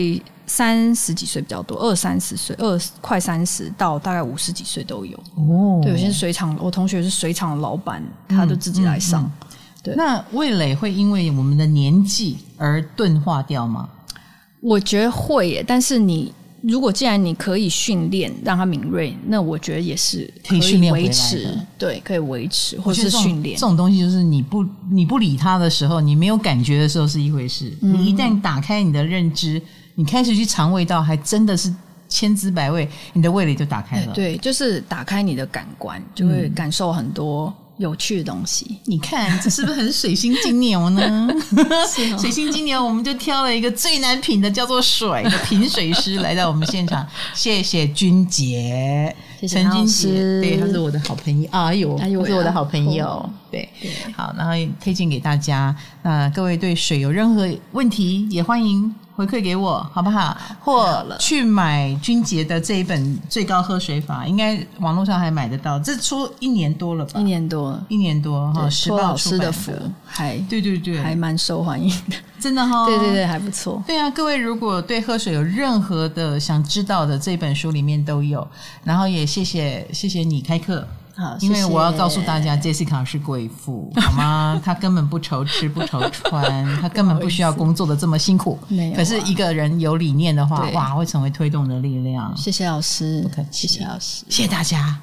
[SPEAKER 1] 三十几岁比较多，二三十岁，二快三十到大概五十几岁都有。
[SPEAKER 2] 哦，
[SPEAKER 1] 对，有些是水厂，我同学是水厂老板，他就自己来
[SPEAKER 2] 嗯
[SPEAKER 1] 上。对
[SPEAKER 2] 那味蕾会因为我们的年纪而钝化掉吗？
[SPEAKER 1] 我觉得会耶，但是你如果既然你可以训练让他敏锐，那我觉得也是
[SPEAKER 2] 可以
[SPEAKER 1] 以
[SPEAKER 2] 训练回
[SPEAKER 1] 维
[SPEAKER 2] 来
[SPEAKER 1] 持
[SPEAKER 2] 的，
[SPEAKER 1] 对，可以维持
[SPEAKER 2] 我
[SPEAKER 1] 或
[SPEAKER 2] 觉得
[SPEAKER 1] 是
[SPEAKER 2] 这种
[SPEAKER 1] 训练
[SPEAKER 2] 这。种东西，就是你不你不理它的时候，你没有感觉的时候是一回事。
[SPEAKER 1] 嗯
[SPEAKER 2] 你一旦打开你的认知，你开始去尝味道，还真的是千滋百味，你的味蕾就打开了。，
[SPEAKER 1] 对，就是打开你的感官，就会
[SPEAKER 2] 嗯
[SPEAKER 1] 感受很多有趣的东西。
[SPEAKER 2] 你看这是不是很水星金牛呢？
[SPEAKER 1] 是哦
[SPEAKER 2] 水星金牛，我们就挑了一个最难品的，叫做水的品水师来到我们现场，谢谢君杰，
[SPEAKER 1] 谢谢
[SPEAKER 2] 陈
[SPEAKER 1] 唐
[SPEAKER 2] 君
[SPEAKER 1] 老
[SPEAKER 2] 杰，
[SPEAKER 1] 师
[SPEAKER 2] 对，他是我的好朋友，哎呦，
[SPEAKER 1] 哎呦
[SPEAKER 2] 他是我的好朋友
[SPEAKER 1] 哦，
[SPEAKER 2] 对，好，然后也推荐给大家，那各位对水有任何问题，也欢迎。回馈给我好不好？或去买君杰的这一本《最高喝水法》，应该网络上还买得到。这出一年多了吧？
[SPEAKER 1] 一年多，
[SPEAKER 2] 一年多哈，
[SPEAKER 1] 嗯对
[SPEAKER 2] 时
[SPEAKER 1] 托
[SPEAKER 2] 报
[SPEAKER 1] 老
[SPEAKER 2] 出
[SPEAKER 1] 师
[SPEAKER 2] 版
[SPEAKER 1] 的福还
[SPEAKER 2] 对哦对对，
[SPEAKER 1] 还蛮受欢迎的，
[SPEAKER 2] 真的哈、
[SPEAKER 1] 对对。对，还不错。
[SPEAKER 2] 对啊，各位如果对喝水有任何的想知道的，这本书里面都有。然后也谢谢谢谢你开课，
[SPEAKER 1] 好，
[SPEAKER 2] 因为
[SPEAKER 1] 啊谢谢
[SPEAKER 2] 我要告诉大家，Jessica 是贵妇， 好吗？她根本不愁吃不愁穿，她根本不需要工作的这么辛苦。
[SPEAKER 1] 没有啊
[SPEAKER 2] 可是一个人有理念的话，
[SPEAKER 1] 对
[SPEAKER 2] 哇，会成为推动的力量。
[SPEAKER 1] 谢谢老师
[SPEAKER 2] 客，气
[SPEAKER 1] 谢谢老师，
[SPEAKER 2] 谢谢大家。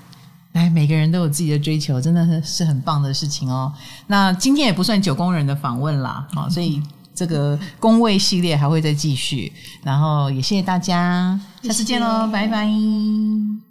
[SPEAKER 2] 来，每个人都有自己的追求，真的是很棒的事情哦。那今天也不算九宫人的访问啦，好、所以这个宫位系列还会再继续。然后也谢谢大家，下次见喽，拜拜。